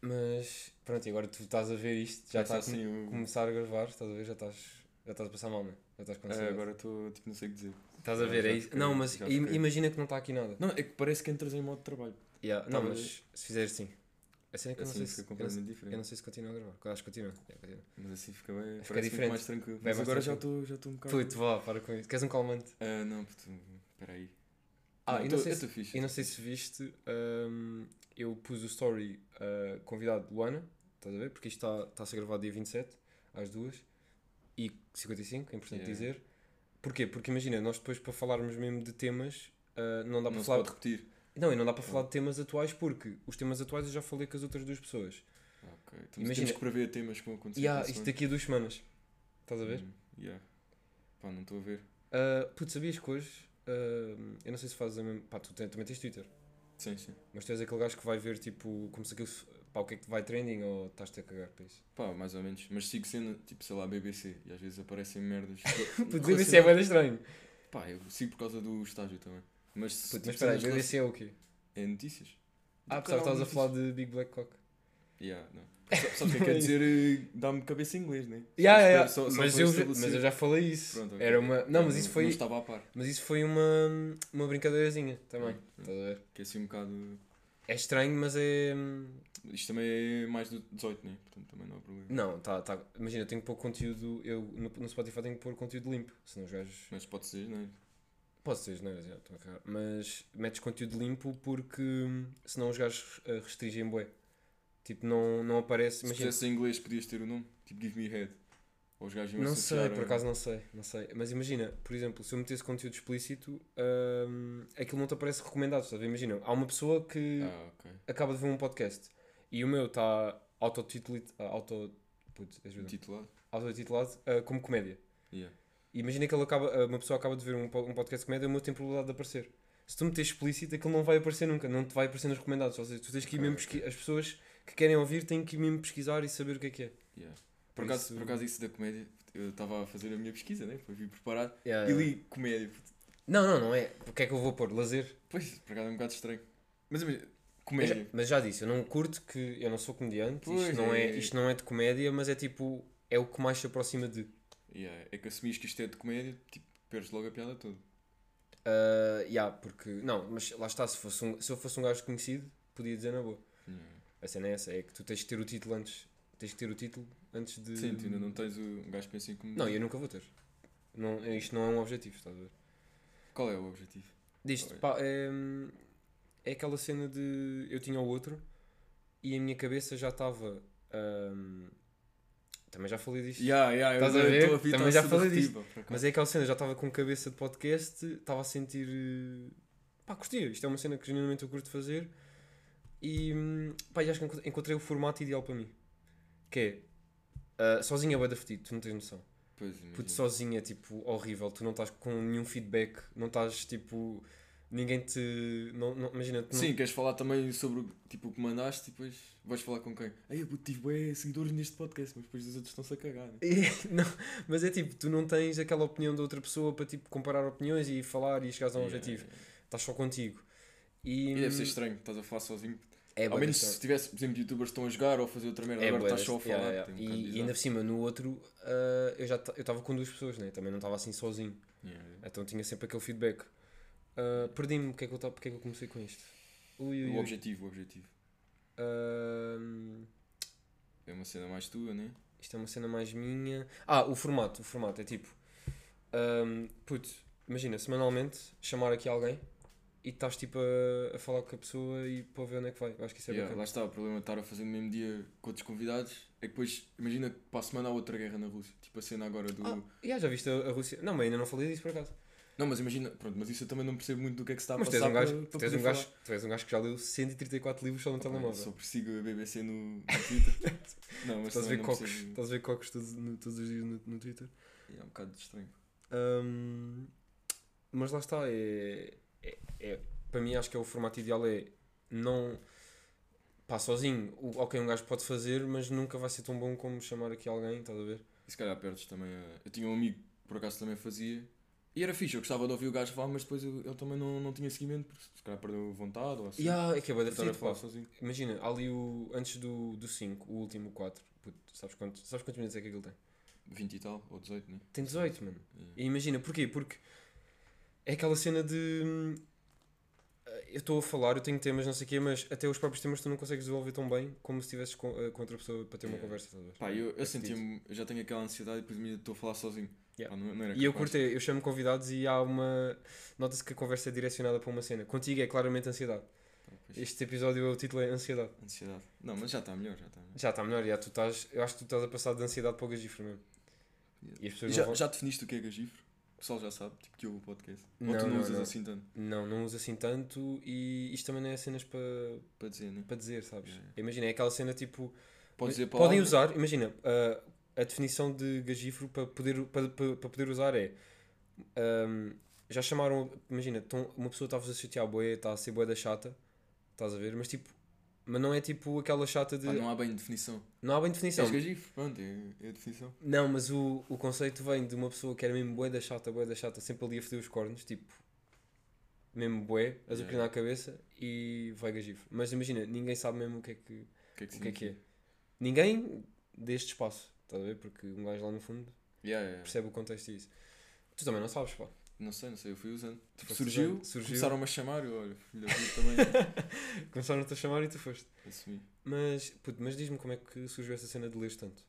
Mas pronto, e agora tu estás a ver isto, já está Começa a come- assim o- começar a gravar, estás a ver, já estás, já estás a passar mal, né? já estás com Ah, ansiedade. agora estou, tipo, não sei o que dizer. Estás a Já- ver, é já isso. fiquei- Não, mas já im- fiquei. imagina que não está aqui nada. Não, é que parece que entras em modo de trabalho. Yeah, Não, Tá, mas se fizeres assim, a cena é que eu não sei se. assim fica eu não sei- completamente Eu diferente. não sei se continua a gravar. Eu Acho que continua. Yeah, continua. Mas assim fica bem, Fica parece muito diferente. mais tranquilo. Bem Mas mais agora já estou já estou um bocado... Puto, vá, para com isso. Queres um calmante? Ah, não, puto, peraí. Ah, não, e tô- não sei eu se- estou fixe. Eu não sei se viste, hum, eu pus o story ah, convidado de Luana, estás a ver? Porque isto está a ser gravado dia 27, às 2 e 55, é importante Yeah. dizer. Porquê? Porque imagina, nós depois para falarmos mesmo de temas, ah, não dá Não para se falar. pode repetir. Não, e não dá para falar de temas atuais porque os temas atuais eu já falei com as outras duas pessoas. Ok, então Imagina- temos que prever temas que vão acontecer. E há para a isto semana. daqui a duas semanas. Estás a ver? Hum, yeah. Pá, não estou a ver. Ah, Putz, sabias que hoje. ah, eu não sei se fazes a mesma. Pá, tu te- também tens Twitter. Sim, sim. Mas tu és aquele gajo que vai ver tipo. Como se aquilo. f- Pá, o que é que vai trending ou estás-te a cagar para isso? Pá, mais ou menos. Mas sigo sendo, tipo, sei lá, BBC. E às vezes aparecem merdas. Putz, BBC é bem estranho. Pá, eu sigo por causa do estágio também. Mas se Putz, tipo, mas espera aí, cenas relacion- BBC é o quê? É notícias. Ah, Do apesar que canal estavas a de falar de Big Black Cock. notícias. Yeah, não. Sa- Sabe o que é que Não é quer dizer? eh, Dá-me cabeça em inglês, né? Yeah, yeah, yeah. Só- só mas, foi eu, já- estabelecido. mas eu já falei isso. Pronto, ok. Era uma. Não, mas isso Não foi. estava a par. Mas isso foi uma, uma brincadeirazinha também. Hum, hum. Estás a ver? Que é assim um bocado. É estranho, mas é. hum, Isto também é mais do 18, né? Portanto, também não há problema. Não, tá, tá. Imagina, eu tenho que pôr conteúdo. Eu no, no Spotify tenho que pôr conteúdo limpo. Senão os gajos. Mas pode ser, né? Posso dizer, não é? Estou a cagar. Mas metes conteúdo limpo porque hum, senão os gajos ah, restringem bué. Tipo, não, não aparece. Se Imagina, fizesse em inglês, podias ter o nome? Tipo, give me head. Ou os gajos iam Não sei, associar é? por a- acaso não sei, não sei. Mas imagina, por exemplo, se eu metesse conteúdo explícito, hum, aquilo não te aparece recomendado, estás a ver? Imagina, há uma pessoa que Ah, ok. acaba de ver um podcast e o meu está autotitulado, auto, putz, ajuda-me. Intitulado? autotitulado ah, como comédia. Yeah. E Imagina que ele acaba, uma pessoa acaba de ver um, po- um podcast de comédia, o meu tem probabilidade de aparecer. Se tu meteres explícito, aquilo não vai aparecer nunca, não te vai aparecer nos recomendados. Ou seja, tu tens que ir Ok, mesmo ok. pesqui- as pessoas que querem ouvir têm que ir mesmo pesquisar e saber o que é que é. Yeah. Por, Por acaso, isso- por acaso, isso da comédia, eu estava a fazer a minha pesquisa, né? Foi vir preparado Yeah, e yeah. li comédia. puto. Não, não, não é. O que é que eu vou pôr? Lazer? Pois, por acaso é um bocado estranho. Mas Mas imagina, já, comédia. mas já disse, eu não curto que eu não sou comediante, Pois isto não, é, é. isto não é de comédia, mas é tipo, é o que mais se aproxima de. Yeah, É que assumis que isto é de comédia, tipo, perdes logo a piada toda. Ah, yeah, porque. Não, mas lá está, se, fosse um- se eu fosse um gajo conhecido, podia dizer na boa. Yeah. A cena é essa, é que tu tens que ter o título antes. Tens que ter o título antes de. Sim, tu ainda não tens o. Um gajo pensa em como. Não, eu nunca vou ter. Não, isto não é um objetivo, estás a ver? Qual é o objetivo? Disto, Pois. pá, é, é aquela cena de eu tinha o outro e a minha cabeça já estava. ahm, também já falei disto. Yeah, yeah, Estás a eu ver? estou ouvir, Também tá já tudo falei repetido, por acaso. Mas é aquela cena, já estava com cabeça de podcast, estava a sentir. eh, Pá, curtia. Isto é uma cena que genuinamente eu curto fazer. E hum, pá, e acho que enco- encontrei o formato ideal para mim. Que é. ah, sozinho é bué da fedido, tu não tens noção. Pois, imagina. Puto, sozinho é tipo horrível, tu não estás com nenhum feedback, não estás tipo. Ninguém te. Não, não- imagina, tu não- Sim, queres falar também sobre o- tipo, o que mandaste e depois vais falar com quem? Ei, eu puto, tive bué seguidores neste podcast, mas depois os outros estão-se a cagar, né? Não, mas é tipo, tu não tens aquela opinião da outra pessoa para tipo comparar opiniões e falar e chegares a um Yeah, objetivo. yeah. Estás só contigo. E, E deve ser estranho, estás a falar sozinho. é Ao bué da menos estranho. se tivesse, por exemplo, youtubers que estão a jogar ou a fazer outra merda, É, agora bué estás só a desse- yeah, falar. yeah. tem um bocado E, e ainda por cima, no outro, ah, eu já estava com duas pessoas, né? também não estava assim sozinho. bizarro. Yeah, yeah. Então tinha sempre aquele feedback. Ah, Perdi-me, porque é, que eu tava- porque é que eu comecei com isto? Ui, Ah, ui, O ui. objetivo, o objetivo. Ahm, É uma cena mais tua, né? isto é uma cena mais minha. Ah, o formato, o formato é tipo. ahm, puto, imagina, semanalmente chamar aqui alguém e estás tipo a, a falar com a pessoa e para ver onde é que vai. Eu acho que isso é Yeah, bacana. lá está, o problema de estar a fazer no mesmo dia com outros convidados é que depois, imagina que para a semana há outra guerra na Rússia. Tipo a cena agora do. Ah, yeah, já viste a, a Rússia? Não, mas ainda não falei disso por acaso. Não, mas imagina, pronto, mas isso eu também não percebo muito do que é que se está a Mas tu és, passar. um gajo, para- para tu, és poder um gajo, falar. tu és um gajo que já leu 134 livros só no Ah, pá, eu telemóvel. Só persigo a BBC no, no Twitter. não, mas Estás a também ver não cocos, percebo- estás a ver cocos todos, no- todos os dias no, no Twitter. É um bocado estranho. Ahm, mas lá está, é, é, é- para mim acho que é o formato ideal é não pá, sozinho, o, ok, um gajo pode fazer, mas nunca vai ser tão bom como chamar aqui alguém, estás a ver? E se calhar perdes também a... Eu tinha um amigo que por acaso também fazia E era fixe, eu gostava de ouvir o gajo falar, mas depois eu, ele também não, não tinha seguimento, porque se calhar perdeu vontade ou assim. E há- é que é bué da Sim, estar a de falar falar. sozinho. Imagina, há ali o. Antes do 5, o último 4. Puto, sabes, quanto, sabes quantos minutos é que aquilo tem? 20 e tal, ou 18, né? Tem 18, mano. Yeah. E imagina, porquê? Porque é aquela cena de. hum, Eu estou a falar, eu tenho temas, não sei o quê, mas até os próprios temas tu não consegues desenvolver tão bem como se estivesses com, eh, com outra pessoa para ter uma Yeah. conversa, estás a ver? Pá, eu, eu É sentia-me, eu já tenho aquela ansiedade e depois me- estou a falar sozinho. Yeah. Pá, não, não era E eu capaz. curto, é, eu chamo convidados e há uma. Nota-se que a conversa é direcionada para uma cena. Contigo é claramente ansiedade. Pá, Então, pois, Este episódio, o título é Ansiedade. Ansiedade. Não, mas já está melhor, já está melhor. Já está melhor, já, tu estás, eu acho que tu estás a passar de ansiedade para o gajifre mesmo. Yeah. E as pessoas não já, vão- já definiste o que é gajifre? O pessoal já sabe, tipo, que ouve o podcast. ou Não, tu não, não, usas não. assim tanto, Não, não usa assim tanto e isto também não é cenas para, para dizer, né? para dizer, sabes? Yeah. Imagina, é aquela cena tipo. Podes dizer Podem palavras. usar, imagina, ah, a definição de gajifro para poder, para, para, para poder usar é. ahm, já chamaram, imagina, tão- uma pessoa está-vos a chatear boé, está a ser boé da chata, estás a ver? Mas tipo, mas não é tipo aquela chata de. Pá, não, Ah, não há bem definição. há bem definição. És gajifre, pronto, é, é a definição. Não, mas o, o conceito vem de uma pessoa que era mesmo bué da chata, bué da chata, sempre ali a foder os cornos, tipo, mesmo bué, a Yeah. yeah. na cabeça e vai gajifre. Mas imagina, ninguém sabe mesmo o que é que, O que é que, o que, é, que é. significa? Ninguém deste espaço, estás a ver? Porque um gajo lá no fundo Yeah, yeah. percebe o contexto disso. Tu também não sabes, pá. Não sei, não sei, eu fui usando. Tipo, foste surgiu, usando, surgiu. começaram-me a chamar, eu, olha, filho da puta, também Começaram-te a chamar e tu foste. assumi. Mas, puto, mas diz-me como é que surgiu essa cena de ler tanto.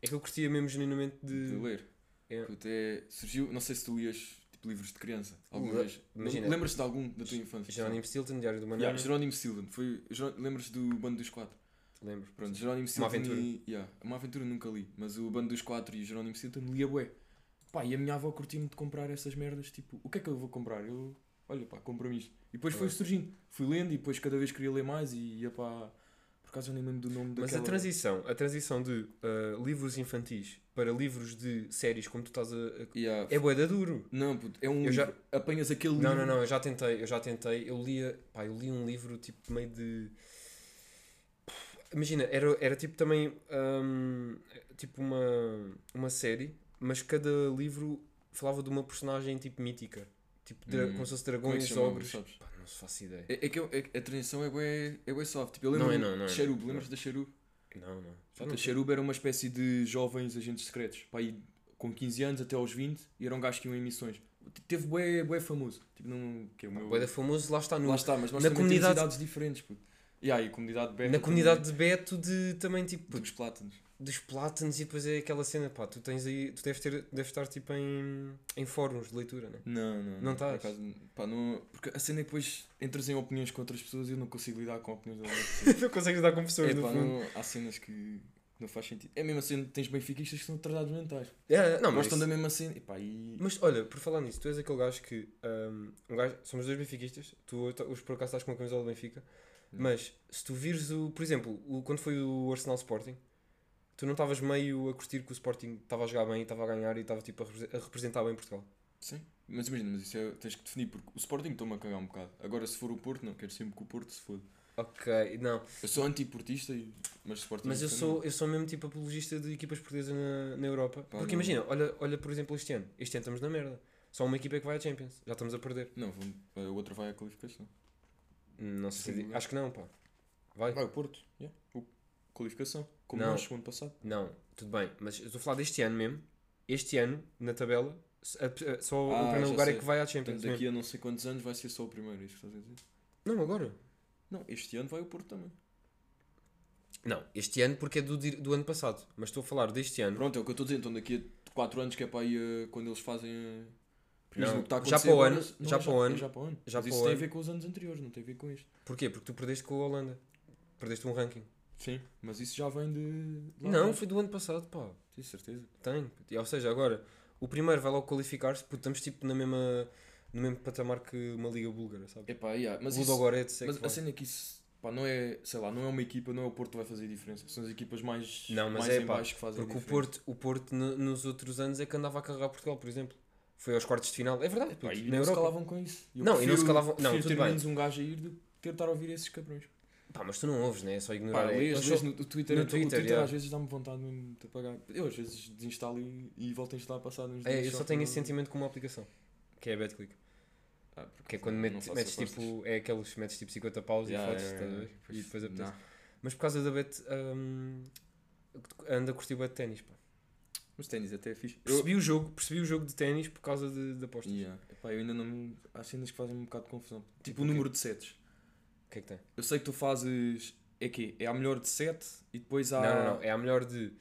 É que eu curtia mesmo genuinamente De, de. ler. É. Puto, é- surgiu, não sei se tu lias tipo, livros de criança, alguma Le- vez. imagina. Lembras-te de algum da tua infância? Jerónimo Stilton, Diário do Manuel. Yeah, Jerónimo Silvan, foi, Jeró- lembras do Bando dos Quatro? Lembro. Pronto, Jerónimo Silvan Aventura. e... Yeah, uma Aventura nunca li, mas o Bando dos Quatro e o Jerónimo Silvan lia bué. Pá, e a minha avó curtia-me de comprar essas merdas, tipo, o que é que eu vou comprar? Eu, olha pá, compra-me isto. E depois foi Ah. surgindo, fui lendo e depois cada vez queria ler mais e ia pá, por acaso eu nem lembro do nome Mas daquela... a transição, a transição de ah, livros infantis para livros de séries como tu estás a. a- Yeah, É boeda duro. Não, puto, é um Eu já- livro. Apanhas aquele Não, não, livro. não, eu já tentei, eu já tentei. Eu lia, pá, eu li um livro tipo meio de. Imagina, era, era tipo também. hum, tipo uma, uma série, mas cada livro falava de uma personagem tipo mítica. Tipo, dra- Hum. como se fosse Como é que dragões, se chamava, ogros. sabes? Pá, não se faço ideia. É, é que eu- é que a transição é bué, é bué soft. Tipo, eu Não lembro é, não, não é, de Cherub, não. lembras da Cherub? Não, não. Já Puta, não A Cherub era uma espécie de jovens agentes secretos. Pá, aí com 15 anos até aos 20 e era um gajo que iam em missões. Tipo, Teve bué, bué famoso. Tipo, não, que é o meu... Boeda famoso, lá está no. Lá está, mas nós na também comunidade- temos idades diferentes. Puto. E aí, comunidade beta. na comunidade de Beto de também tipo. Também, dos plátanos. dos plátanos e depois é aquela cena, pá, tu tens aí, tu deves, ter, deves estar tipo em, em fóruns de leitura, né? Não, não. Não estás? por acaso, pá, não- Porque a cena é que depois entras em opiniões com outras pessoas e eu não consigo lidar com opiniões de outras pessoas. não consegues dar com pessoas É, no pá, fundo. não- há cenas que não faz sentido. É mesmo assim, tens benfiquistas que são tratados mentais. É, não, Não, mas, Gostam da isso- mesma cena. E pá, e... mas olha, por falar nisso, tu és aquele gajo que hum, um gajo, somos dois benfiquistas, tu hoje tá- hoje por acaso estás com a camisola do Benfica, Hum. mas se tu vires o, por exemplo, o, quando foi o Arsenal Sporting, tu não estavas meio a curtir que o Sporting estava a jogar bem, estava a ganhar e estava tipo a, repre- a representar bem Portugal. Sim. Mas imagina, mas isso é, tens que definir, porque o Sporting estou-me a cagar um bocado. Agora, se for o Porto, não, quero sempre que o Porto se foda. Ok, não, Eu sou anti-portista, e- mas Sporting... Mas eu também. sou, eu sou mesmo tipo apologista de equipas portuguesas na, na Europa. Pá, Porque não. imagina, olha, olha por exemplo este ano. Este ano estamos na merda. Só uma equipa é que vai à Champions. Já estamos a perder. Não, vamos- a outra vai à qualificação. Não sei se Sim. Acho que não, pá. Vai? Vai o Porto, yeah. o... qualificação. Como Não. nós, o ano passado. Não, tudo bem. Mas eu estou a falar deste ano mesmo. Este ano, na tabela, s- a- a- só Ah, o primeiro já lugar sei. é que vai à Portanto, Champions. mesmo. daqui a não sei quantos anos vai ser só o primeiro, é isso que estás a dizer? Não, agora. Não, este ano vai o Porto também. Não, este ano porque é do, dir- do ano passado. Mas estou a falar deste ano. Pronto, é o que eu estou a dizer. Então daqui a 4 anos que é para aí eh, quando eles fazem a. Mas Não, o que está a já acontecer para o agora- ano, já para o ano, é Já para o ano. já Mas para isso o tem ano. a ver com os anos anteriores, não tem a ver com este. Porquê? Porque tu perdeste com a Holanda. Perdeste um ranking. Sim. Mas isso já vem de. de lá não, atrás. foi do ano passado, pá. Tens certeza. Tenho. E, Ou seja, agora, o primeiro vai logo qualificar-se, porque estamos tipo na mesma, no mesmo patamar que uma liga búlgara, sabe? É pá, yeah, mas o isso. Ludogorets é que Mas a vai. cena é que isso. Pá, não é. Sei lá, não é uma equipa, não é o Porto que vai fazer a diferença. São as equipas mais. Não, mas mais é, em pá, baixo que fazem a Porque o diferença. Porto, o Porto no- nos outros anos é que andava a carregar Portugal, por exemplo. Foi aos quartos de final. É verdade, Pá, puto, e na não se Europa. calavam com isso. Eu Não, e não se prefiro- calavam- não, prefiro tudo ter bem. menos um gajo a ir do que tentar ouvir esses cabrões. Pá, mas tu não ouves, né? É só ignorar. Pá, É- lês, eles lês só- no, o Twitter, no o Twitter, Twitter, yeah. às vezes dá-me vontade mesmo de apagar. Eu um. às vezes desinstalo e, e volto a instalar passado uns É, dias eu só para tenho não- esse sentimento com uma aplicação. que é a bad click. Ah, porque Que é quando não metes, faço metes apostas. tipo. É aqueles metes tipo 50 paus Yeah, e fotos, yeah, estás a yeah, ver? E depois apetece. Nah. Mas por causa da bet. hum, anda a curtir bué de ténis, pá. Mas ténis até é fixe. Eu- Percebi o jogo, percebi o jogo de ténis por causa de, de apostas. Yeah. Epá, eu ainda não me. Há cenas que fazem um bocado de confusão. Tipo, Tipo o o quê? número de sets. O que é que tem? Eu sei que tu fazes. É quê? É a melhor de 7 e depois há. Não, não, não. É a melhor de.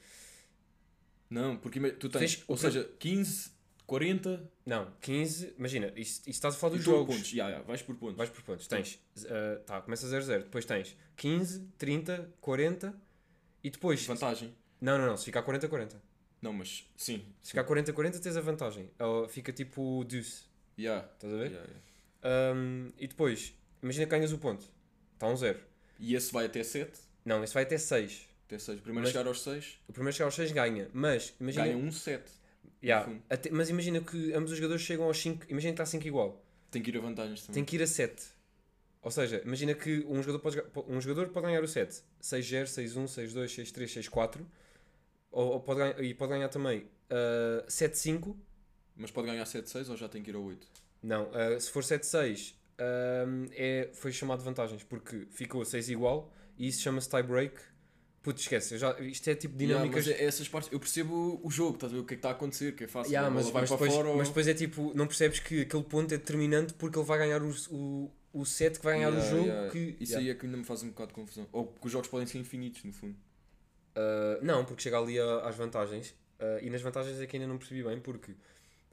Não, porque ima- tu Tu tens. tens- ou seja, 15, 40 Não, 15. Imagina, isto, isto estás a falar e dos tu a jogos. pontos. Ya, ya, vais por pontos. Vais por pontos. Tens. ah, tá, começa 0-0. Depois tens 15, 30, 40. E depois. Vantagem. Não, não, não. Se ficar 40-40. Não, mas sim. Se ficar 40-40, tens a vantagem. Ou fica tipo deuce. Ya, Estás a ver? ya, ya. Ahm, e depois, imagina que ganhas o ponto. Está um 0. E esse vai até 7. Não, esse vai até 6. Até 6. Primeiro a Mas- chegar aos 6, O primeiro que chegar aos 6 ganha. Mas imagina. ganha um 7. Yeah, fundo. até- mas imagina que ambos os jogadores chegam aos 5. Imagina que está 5 igual. Tem que ir a vantagens também. Tem que ir a 7. Ou seja, imagina que um jogador pode, jogar- um jogador pode ganhar o 7. 6-0, 6-1, 6-2, 6-3, 6-4. Ou, ou pode ganhar, e pode ganhar também ah, 7-5. Mas pode ganhar 7, 6 ou já tem que ir a 8. Não, ah, se for 7-6, ahm, é, foi chamado de vantagens, porque ficou 6 igual e isso chama-se tie break. Putz, esquece, eu já, isto é tipo dinâmicas. mas é- essas partes. Eu percebo o jogo, estás a ver o que é que está a acontecer, que é fácil. Yeah, a bola mas, vai mas para depois, fora ou- mas depois é tipo, não percebes que aquele ponto é determinante porque ele vai ganhar o, o, o set que vai ganhar Yeah, o jogo. yeah. Que, Isso Yeah. aí é que ainda me faz um bocado de confusão. Ou porque os jogos podem ser infinitos, no fundo. Ah, não, porque chega ali a- às vantagens. Ah, e nas vantagens é que ainda não percebi bem porque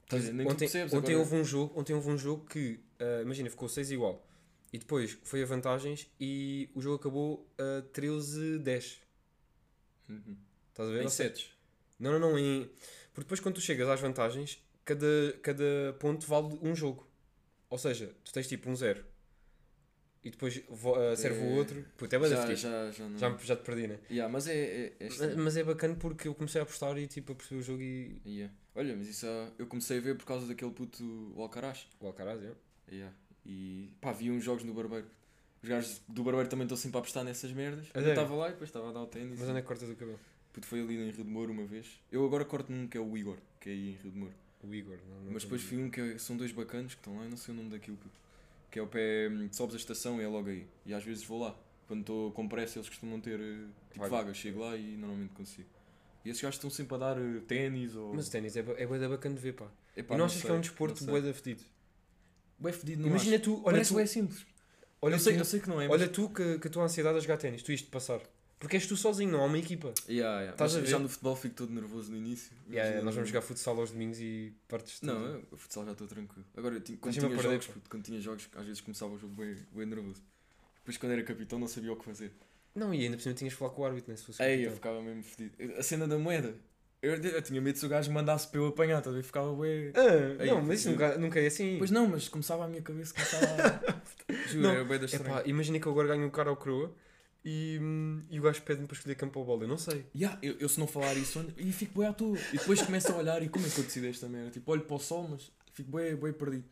Quer dizer, nem tu ontem, percebes ontem, agora. houve um jogo, ontem houve um jogo que, ah, imagina, ficou 6 igual e depois foi a vantagens e o jogo acabou a 13-10. Uhum. Estás a ver? Em Ou seja, sets. Não, não, não. Em... Porque depois, quando tu chegas às vantagens, cada, cada ponto vale um jogo. Ou seja, tu tens tipo um zero e depois vo- ah, serve É. o outro. Puta, é bué da Já, fixe. já, já não. Já, me- já te perdi, né? Yeah, mas é. é, é Mas, estranho. mas é bacana porque eu comecei a apostar e tipo a perceber o jogo e. Yeah. Olha, mas isso ah, eu comecei a ver por causa daquele puto o Alcaraz. O Alcaraz, é? Yeah. E pá, vi uns jogos no Barbeiro. Os gajos do Barbeiro também estão sempre a apostar nessas merdas. A Eu sério? estava lá e depois estava a dar o ténis. Mas onde é que cortas o cabelo? Puto, foi ali em Rio de Moro uma vez. Eu agora corto num que é o Igor, que é aí em Rio de Moro. O Igor. Não, não Mas tem- depois vi um que é- são dois bacanos que estão lá, eu não sei o nome daquilo, puto. Que é o pé, hum, sobes a estação e é logo aí. E às vezes vou lá. Quando estou com pressa, eles costumam ter eh, tipo Vaga. vagas. Chego lá e normalmente consigo. E esses gajos estão sempre a dar eh, ténis ou. Mas o ténis é, bué- é bué da bacana de ver, pá. Epá, e não não achas que é sei, um desporto não bué sei. da fedido? Bué fedido, não Imagina tu, olha Parece tu, bué simples. olha eu, sei, tu, eu sei que não é. olha tu que, que a tua ansiedade a jogar ténis, tu isto de passar. Porque és tu sozinho, não há uma equipa. mas... Yeah, yeah. Estás Mas a ver? Já no futebol fico todo nervoso no início. Yeah, Imagina é, nós vamos no- jogar futsal aos domingos e partes tudo. Não, eu, o futsal já estou tranquilo. Agora, eu tinha- quando sempre tinha, a perder, jogos, puto, quando tinha jogos, às vezes começava o jogo bem, bem nervoso. Depois, quando era capitão, não sabia o que fazer. Não, e ainda por cima tinhas de falar com o árbitro, né? Se fosse Ei, eu capitão. ficava mesmo fedido. A cena da moeda. Eu, eu tinha medo se o gajo mandasse para eu apanhar, também ficava bem. Ah, Ei, não, mas isso eu- nunca, nunca é assim. Pois não, mas começava a minha cabeça, começava a... Juro, Não, era bem da Epá, estranha. imagina que eu agora ganho um cara ao croa e, hum, e o gajo pede-me para escolher campo ou bola. Eu não sei. Yeah, eu, eu se não falar isso, ando- e fico bem à toa. E depois começo a olhar e como é que eu decido esta merda? Tipo, olho para o sol, mas fico bem, bem perdido.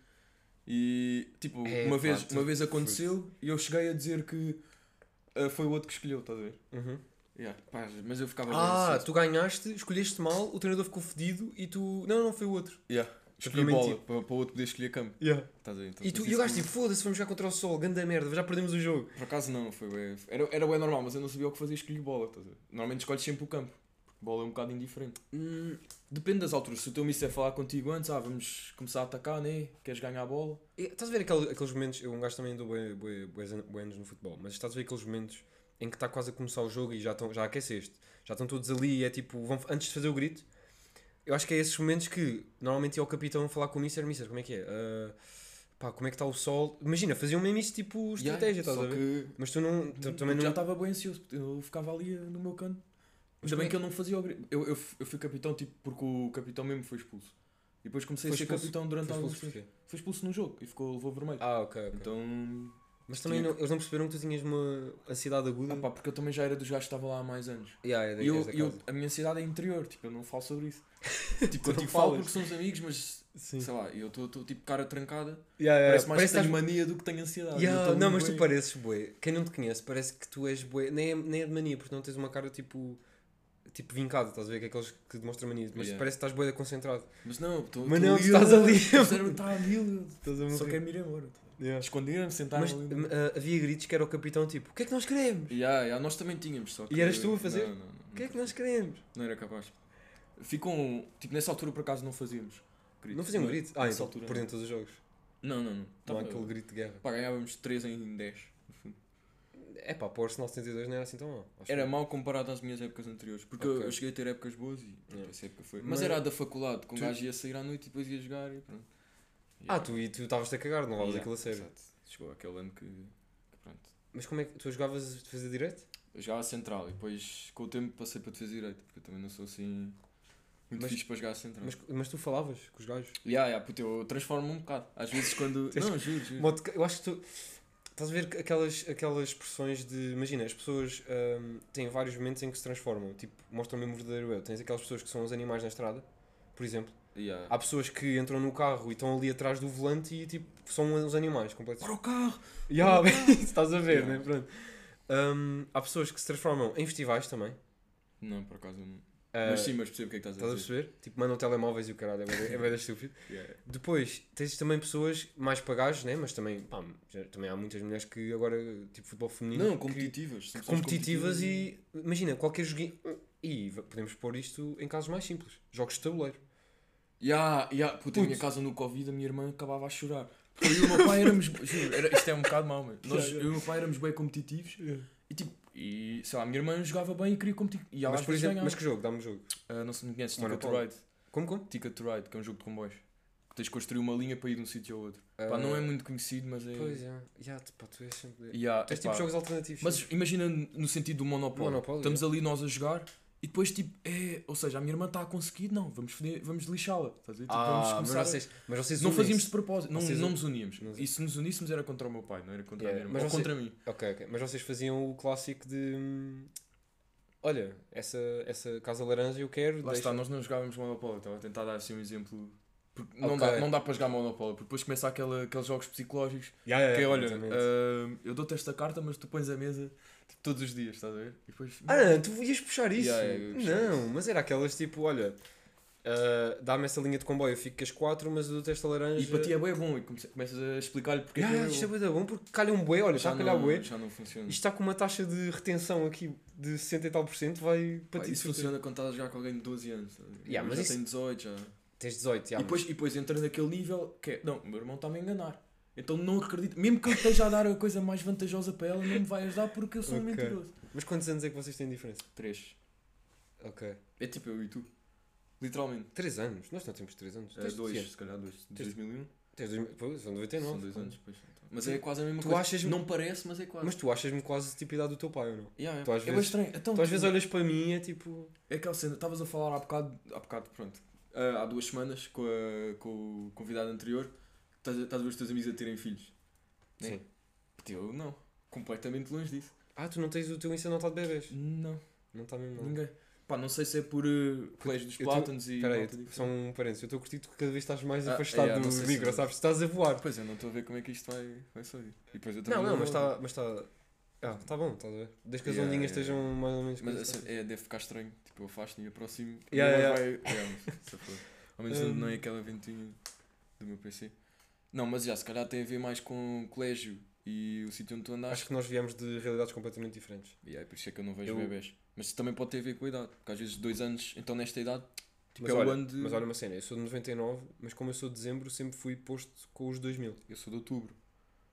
E tipo, É, uma, pá, vez, tu- uma vez aconteceu e eu cheguei a dizer que ah, foi o outro que escolheu, estás a ver? Yeah, pá, mas eu ficava bem Ah, ansioso. tu ganhaste, escolheste mal, o treinador ficou fedido e tu. Não, não, foi o outro. Yeah. Escolhi tinha bola mentido. para, para o outro poder escolher campo. Estás a ver? Então, E, tu, mas e o isso gajo também- tipo, foda-se, vamos jogar contra o sol, ganda merda, já perdemos o jogo. Por acaso não, foi bué- Era, era bem normal, mas eu não sabia o que fazer, escolhi bola. estás a ver? Normalmente escolhes sempre o campo, porque bola é um bocado indiferente. Hum, Depende das alturas, se o teu mister falar contigo antes, ah, vamos começar a atacar, né? Queres ganhar a bola? E Estás a ver aquele- aqueles momentos, eu um gajo também dou bué- bué- bué zan- bué anos no futebol, mas estás a ver aqueles momentos em que está quase a começar o jogo e já, estão, já aqueceste, já estão todos ali e é tipo, vão, antes de fazer o grito, eu acho que é esses momentos que normalmente ia ao capitão falar com o Mister, Mister, como é que é? Ah, pá, como é que está o sol? Imagina, faziam mesmo isso tipo estratégia, estás a só ver? que Mas tu não, tu também já tá não... estava bem ansioso, eu ficava ali eh, no meu canto. Mas Ainda bem como é que eu não fazia o grito. Eu, eu, f- eu fui capitão tipo, porque o capitão mesmo foi expulso. E depois comecei Foi a ser expulso- capitão durante Foi alguns expulso tempos. porquê? Foi expulso num jogo e ficou, levou vermelho. Ah, ok, Hum. ok. Então mas também tinha não- eles não perceberam que tu tinhas uma ansiedade aguda. Ah pá, porque eu também já era dos gajos que estava lá há mais anos. Yeah, é da- E eu, és da eu- casa. a minha cidade é interior, tipo, eu não falo sobre isso. tipo, Tu eu não tipo, falo falas. porque somos amigos, mas Sim. sei lá, eu estou tipo cara trancada. Yeah, yeah, parece yeah. mais que Parece tenho que estás- mania do que tenho ansiedade. Ya, Eu tô não, um mas tu bué- pareces bué. Quem não te conhece parece que tu és bué. Nem é, nem é de mania, porque não tens uma cara tipo. tipo vincado, estás a ver? Que é aqueles que demonstram manias, mas Yeah. parece que estás boeda concentrado. Mas não, tô, Mas tô não, tu estás ali. O cérebro está ali. eu- Estás a Só morrer. quero me ir embora. Yeah. Esconderam-me, sentaram Mas ali. ah, havia gritos que era o capitão tipo: O que é que nós queremos? Ya, ya, nós também tínhamos, só que... eras tu a fazer? Não, não, não. O que é que nós queremos? Não era capaz. Ficou um... Tipo, nessa altura, por acaso, não fazíamos gritos. Não faziam Não- é? grito? Ah, nessa então, altura né? Tá por não. dentro dos jogos. Não, não, não. Não Tava- há aquele grito de guerra. Pá, ganhávamos 3 em 10, no fundo. É pá, para o Arsenal 72 não era assim tão mal. acho Era eu. mau comparado às minhas épocas anteriores, porque eu- Ok. eu cheguei a ter épocas boas e pronto, Yeah. essa época foi. Mas, Mas- é- era a da faculdade, com um Tu- gajo ia sair à noite e depois ia jogar e pronto. Ah, tu e tu estavas-te a cagar, não levavas aquilo a sério. Exato. Chegou aquele ano que, que pronto. Mas como é que tu jogavas de fazer direito? Eu jogava central e depois com o tempo passei para defesa direito, porque eu também não sou assim muito Mas- fixe para jogar central. Mas, mas tu falavas com os gajos? Ya, ya, puto, eu transformo um bocado. Às vezes quando. Tens- não, juro, juro. Modo que- Eu acho que tu. Estás a ver que aquelas, aquelas expressões de. Imagina, as pessoas hum, têm vários momentos em que se transformam, tipo, mostram mesmo o verdadeiro eu. Tens aquelas pessoas que são os animais na estrada, por exemplo. Ya. Há pessoas que entram no carro e estão ali atrás do volante e, tipo, são uns animais completos. Para o carro! Ya, bem, isso estás a ver, Ya. né? Pronto. Hum, há pessoas que se transformam em festivais também. Não, por acaso eu não. Ah, mas sim, mas percebo o que é que estás Estás a a dizer. perceber? Tipo, mandam telemóveis e o caralho, é bem, é bué da estúpido. Yeah. Depois, tens também pessoas mais pagadas, né? mas também, pá, já- também há muitas mulheres que agora, tipo, futebol feminino, Não, que- competitivas. são que pessoas competitivas e, imagina, qualquer joguinho, e v- podemos pôr isto em casos mais simples, jogos de tabuleiro. Ya, ya, puta, a minha Puto. casa no Covid, a minha irmã acabava a chorar. Porque eu e o meu pai éramos. Juro, era- isto é um bocado mau, mas. Nós, Ya, ya. Eu e o meu pai éramos bem competitivos e tipo. E sei lá, a minha irmã jogava bem e queria competir. E ela mas, às por vezes exemplo, ganhava. mas que jogo? Dá-me um jogo. Ah, não se me conheces, Ticket to Monopólio. Ride. Como, como? Ticket to Ride, que é um jogo de comboios. Que tens de construir uma linha para ir de um sítio ao outro. Ah, Pá, não é muito conhecido, mas é. Pois, já, já, tu- pá, tu és sempre... Ya, Tens epá. tipo jogos alternativos. Mas imagina no sentido do monopólio. Monopólio, Estamos ali nós a jogar e depois tipo, é, ou seja, a minha irmã está a conseguir, não, vamos, foder- vamos lixá-la. estás a ver? Tipo, vamos ah, mas começar a- vocês, mas vocês Não unem-se. fazíamos de propósito, não, Vocês não un- nos uníamos. Não nos- E se nos uníssemos era contra o meu pai, não era contra Yeah, a minha irmã. mas Ou você- contra mim. Ok, ok. Mas vocês faziam o clássico de. hum, Olha, essa, essa casa laranja eu quero. Lá deixa- está, nós não jogávamos monopólio, estava a tentar dar assim um exemplo. Porque não, Ok. dá, não dá para jogar monopólio, porque depois começa aquela, aqueles jogos psicológicos Ya, ya, que é, ya, olha, exatamente. ah, eu dou-te esta carta, mas tu pões a mesa tipo, todos os dias, estás a ver? E depois. Ah, tu ias puxar isso? Ya, ya, eu ia puxar não, mas era aquelas tipo, olha, ah, dá-me essa linha de comboio, eu fico com as quatro, mas eu dou esta laranja. E para ti é bem bom, e come- começas a explicar-lhe porque Ya, é que ya, é bué isto é bom. bué da bom porque calha um bué, olha, está a calhar não, bué. já não funciona. Isto está com uma taxa de retenção aqui de 60 e tal por cento, vai Pá, para ti. de isso certeza. funciona quando estás a jogar com alguém de 12 anos. estás a ver? Ya, Eu é mas já isso- tenho 18 já. Tens 18, ya, e, depois, e depois entra naquele nível que é, não, o meu irmão está-me a enganar. Então não acredito, mesmo que eu esteja a dar a coisa mais vantajosa para ela, não me vai ajudar porque eu sou um Ok. mentiroso. mas, mas quantos anos é que vocês têm de diferença? 3. Ok. É tipo eu e tu. Literalmente. 3 anos, nós não temos 3 anos. É, Tens de que dois, ano? se calhar dois. um? De Tens- 2001. Tens dois, pois, são 99. São dois pá. anos depois. então. Mas Tu- é quase a mesma tu coisa. achas- Não parece, mas é quase. Mas tu achas-me quase tipo a idade do teu pai, ou não? Ya, ya. tu às é vezes- bué estranho. Então, Tu às tu- vezes olhas para mim e é tipo. É aquela cena, estavas a falar há bocado, há bocado pronto, ah, há duas semanas com, a- com o convidado anterior, estás a estás a ver os teus amigos a terem filhos. né? Sim. Puta, Eu não, completamente longe disso. Ah, tu não tens o teu Insta não está de bebês. Não, Não está mesmo. não. ninguém. Pá, não sei se é por ah, colégio dos eu tô- plátanos e. Espera aí, malta eu- diferente. só um parênteses. Eu estou a curtir que tu cada vez estás mais Ah, afastado yeah, não sei do se- micro, sabes? Estás a voar. Pois eu não estou a ver como é que isto vai, vai sair. E depois eu também Não, não, mas tá- vou- está. Mas está... Ah, está bom, estás a ver? Desde que as Yeah, ondinhas yeah. estejam mais ou menos. Mas coisas. assim, é, deve ficar estranho. Tipo, eu afasto-me e aproximo. e Ya, ela ya, vai- Ya, mas, se for. Ao menos não- não é Hum. aquela ventinha do meu PC. Não, mas já, se calhar tem a ver mais com o colégio e o sítio onde tu andaste. Acho que nós viemos de realidades completamente diferentes. E é por isso é que eu não vejo Eu- bebés. Mas isso também pode ter a ver com a idade. Porque às vezes dois anos, então nesta idade, tipo, mas, é olha, o ano de. mas olha uma cena, eu sou de 99, mas como eu sou de dezembro, sempre fui posto com os 2000. Eu sou de outubro.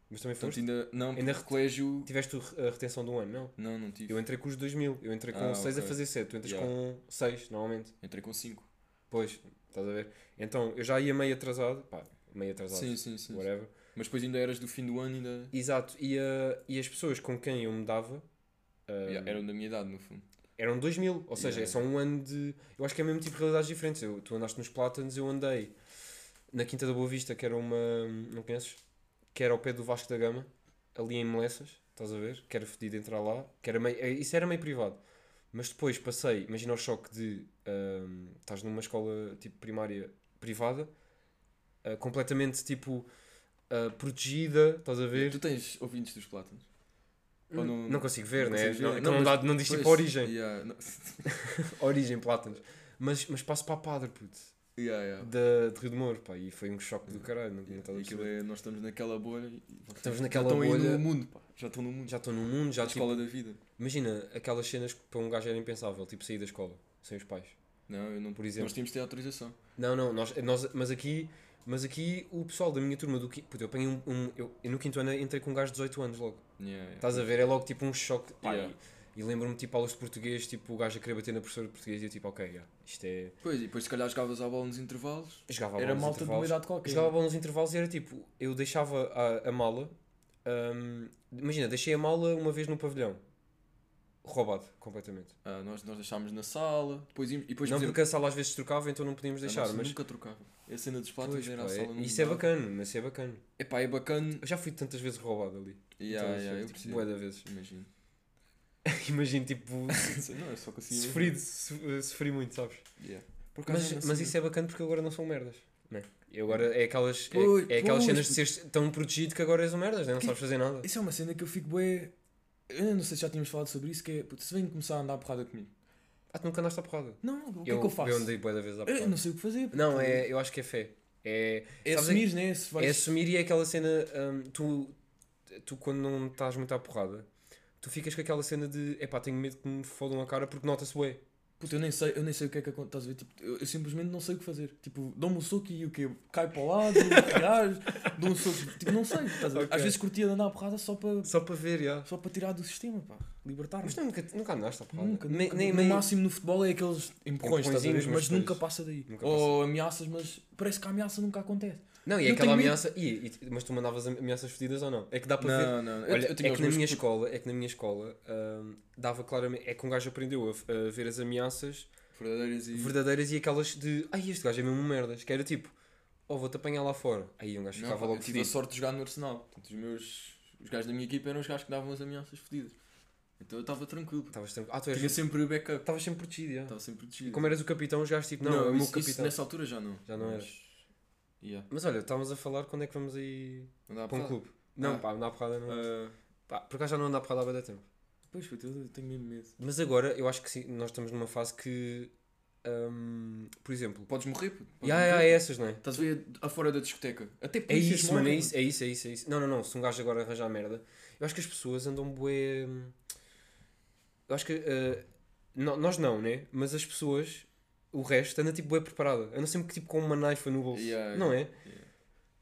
Mas também Portanto, foste. ainda. Não, Ainda ainda re- colégio. Tiveste o- a retenção de um ano, não? Não, não tive. Eu entrei com os 2000, eu entrei com Ah, 6 a ok. fazer 7, tu entras Yeah. com 6 normalmente. Entrei com cinco. Pois, estás a ver? Então eu já ia meio atrasado, pá, meio atrasado, Sim, sim, sim. whatever. Mas depois ainda eras do fim do ano, ainda. Exato, e, ah, e as pessoas com quem eu me dava ah, Ya, eram da minha idade, no fundo. eram 2000, ou seja, Yeah. é só um ano de. Eu acho que é mesmo tipo de realidades diferentes. Eu, tu andaste nos Plátanos, eu andei na Quinta da Boa Vista, que era uma. Não conheces? Que era ao pé do Vasco da Gama, ali em Melessas, estás a ver? Que era fedido entrar lá, que era meio, eh, isso era meio privado. Mas depois passei, imagina o choque de. ahm, estás numa escola tipo primária privada, ah, completamente tipo. ah, eh, protegida, estás a ver? Tu tens ouvintes dos plátanos? Ou não, Não consigo ver, não né? consigo não ver. Hum. Não, Não, dá, não diz tipo Pois, origem. Yeah, não- Origem, Plátanos. Mas, mas passo para a Padre, puto. yeah, yeah. Da, de Rio de Moro, pá. E foi um choque do caralho. Não, não estás a Ah. Hum. E aquilo perceber. é, nós estamos naquela bolha e vocês Estamos naquela já estão bolha. aí no mundo, pá. Já estão no mundo. Já estou no mundo, já na tipo, escola da vida. Imagina aquelas cenas que para um gajo era impensável, tipo sair da escola sem os pais. Não, eu não. Por exemplo. Nós tínhamos de ter autorização. Não, não, nós, nós, mas aqui, mas aqui o pessoal da minha turma do quinto, puto, eu apanhei um, um- eu, eu no quinto ano entrei com um gajo de 18 anos logo. Yeah, yeah. Estás a ver, é logo tipo um choque, pá, Yeah. e, e lembro-me tipo aulas de português, tipo o gajo a querer bater na professora de português e eu tipo, OK, yeah, isto é Pois, e depois se calhar jogavas à bola nos intervalos. eu jogava a bola Era nos malta de uma intervalos. idade Eu qualquer. Jogava a bola nos intervalos e era tipo, eu deixava a, a mala, hum, imagina, deixei a mala uma vez no pavilhão. Roubado completamente. Ah, nós, nós deixámos na sala. Depois íamos, e depois, não por exemplo, porque a sala às vezes trocava, então não podíamos a deixar, nossa mas nunca trocava. A cena dos platos Pois, era pá, a é- sala não isso é mudava. bacana, mas isso é bacana. Epá, é bacana. Eu já fui tantas vezes roubado ali. Yeah, tantas yeah, eu vezes, Então, tipo, percebo. bué da vezes. Imagino. Imagino, tipo, Não, eu só consigo. sofrido, so- eh, sofri muito, sabes? Yeah. Por acaso eu Mas, não mas sabia. Hum. isso é bacana porque eu agora não são merdas. Né? Eu agora é aquelas, é- Pois, é, aquelas pois, cenas de seres tão protegido que agora és um merdas, né? não Que- sabes fazer nada. Isso é uma cena que eu fico bué. Eu não sei se já tínhamos falado sobre isso, que é, puto, se vem começar a andar a porrada comigo. Ah, tu nunca andaste à porrada. Não, o que é que eu faço? Eu andei bué da vez à Eu porrada. não sei o que fazer. puto. Não, é, eu acho que é fé. É, É sabes assumir, né? Se é vais... assumir e é aquela cena, hum, tu, tu quando não estás muito à porrada, tu ficas com aquela cena de, epá, tenho medo que me fodam a cara porque nota-se bué. Puta, eu nem sei, eu nem sei o que é que acontece. Estás a ver? Tipo, eu, eu simplesmente não sei o que fazer. Tipo, dou-me um soco e o quê? Cai para o lado, reage, dou um soco. Tipo, não sei. Estás a ver? Ok. Às vezes curtia de andar a porrada só para Só para ver, já. só para tirar do sistema, pá. Libertar-me. Mas tu nunca, nunca andaste à porrada? Nunca, nem, nunca. nem, no nem- máximo no futebol é aqueles empurrões, estás a ver? Empurrõezinhos, mas, mas depois- nunca passa daí. Nunca Ou ameaças, mas parece que a ameaça nunca acontece. Não, e é Eu aquela tenho medo. ameaça... E, e- mas tu mandavas ameaças fedidas ou não? É que dá para ver... não. Olha, é tinha os que na meus minha putos. escola, é que na minha escola, hum, dava claramente... É que um gajo aprendeu a, a ver as ameaças Verdadeiras e. verdadeiras e aquelas de... Ai, este gajo é mesmo um merdas. Que era tipo... Oh, vou-te apanhar lá fora. Aí um gajo Não, ficava pá, logo eu tive a fedido. sorte de jogar no Arsenal. Portanto, os meus. Os gajos da minha equipa eram os gajos que davam as ameaças fedidas. Então eu estava tranquilo. Estavas tranquilo. Ah, tu Tinha és... sempre o backup. Estavas sempre protegido, já. Estava sempre protegido. Como eras o capitão, os gajos tipo... Não, é o meu isso, isso capitão. nessa altura já não. Já não Mas- eras. Yeah. Mas olha, estávamos a falar quando é que vamos aí... Andava Para um a clube. Não, Ah. pá, andar à porrada não... Ah, Pá, por acaso já não ando à porrada há bué da tempo. pois, puto, eu tenho mesmo medo. Mas agora eu acho que sim, nós estamos numa fase que. hum, por exemplo. Podes morrer, puto. Podes E há, há morrer. essas, não é? Estás a ver afora da discoteca. Até É polícias isso, mano, é morrem, isso, é isso, é isso, é isso. Não, não, não, se um gajo agora arranjar merda. Eu acho que as pessoas andam bué. hum, Eu acho que. ah, no- nós não, né? Mas as pessoas, o resto, anda tipo bué preparada. Anda sempre tipo com uma naifa no bolso. Yeah, não é? yeah.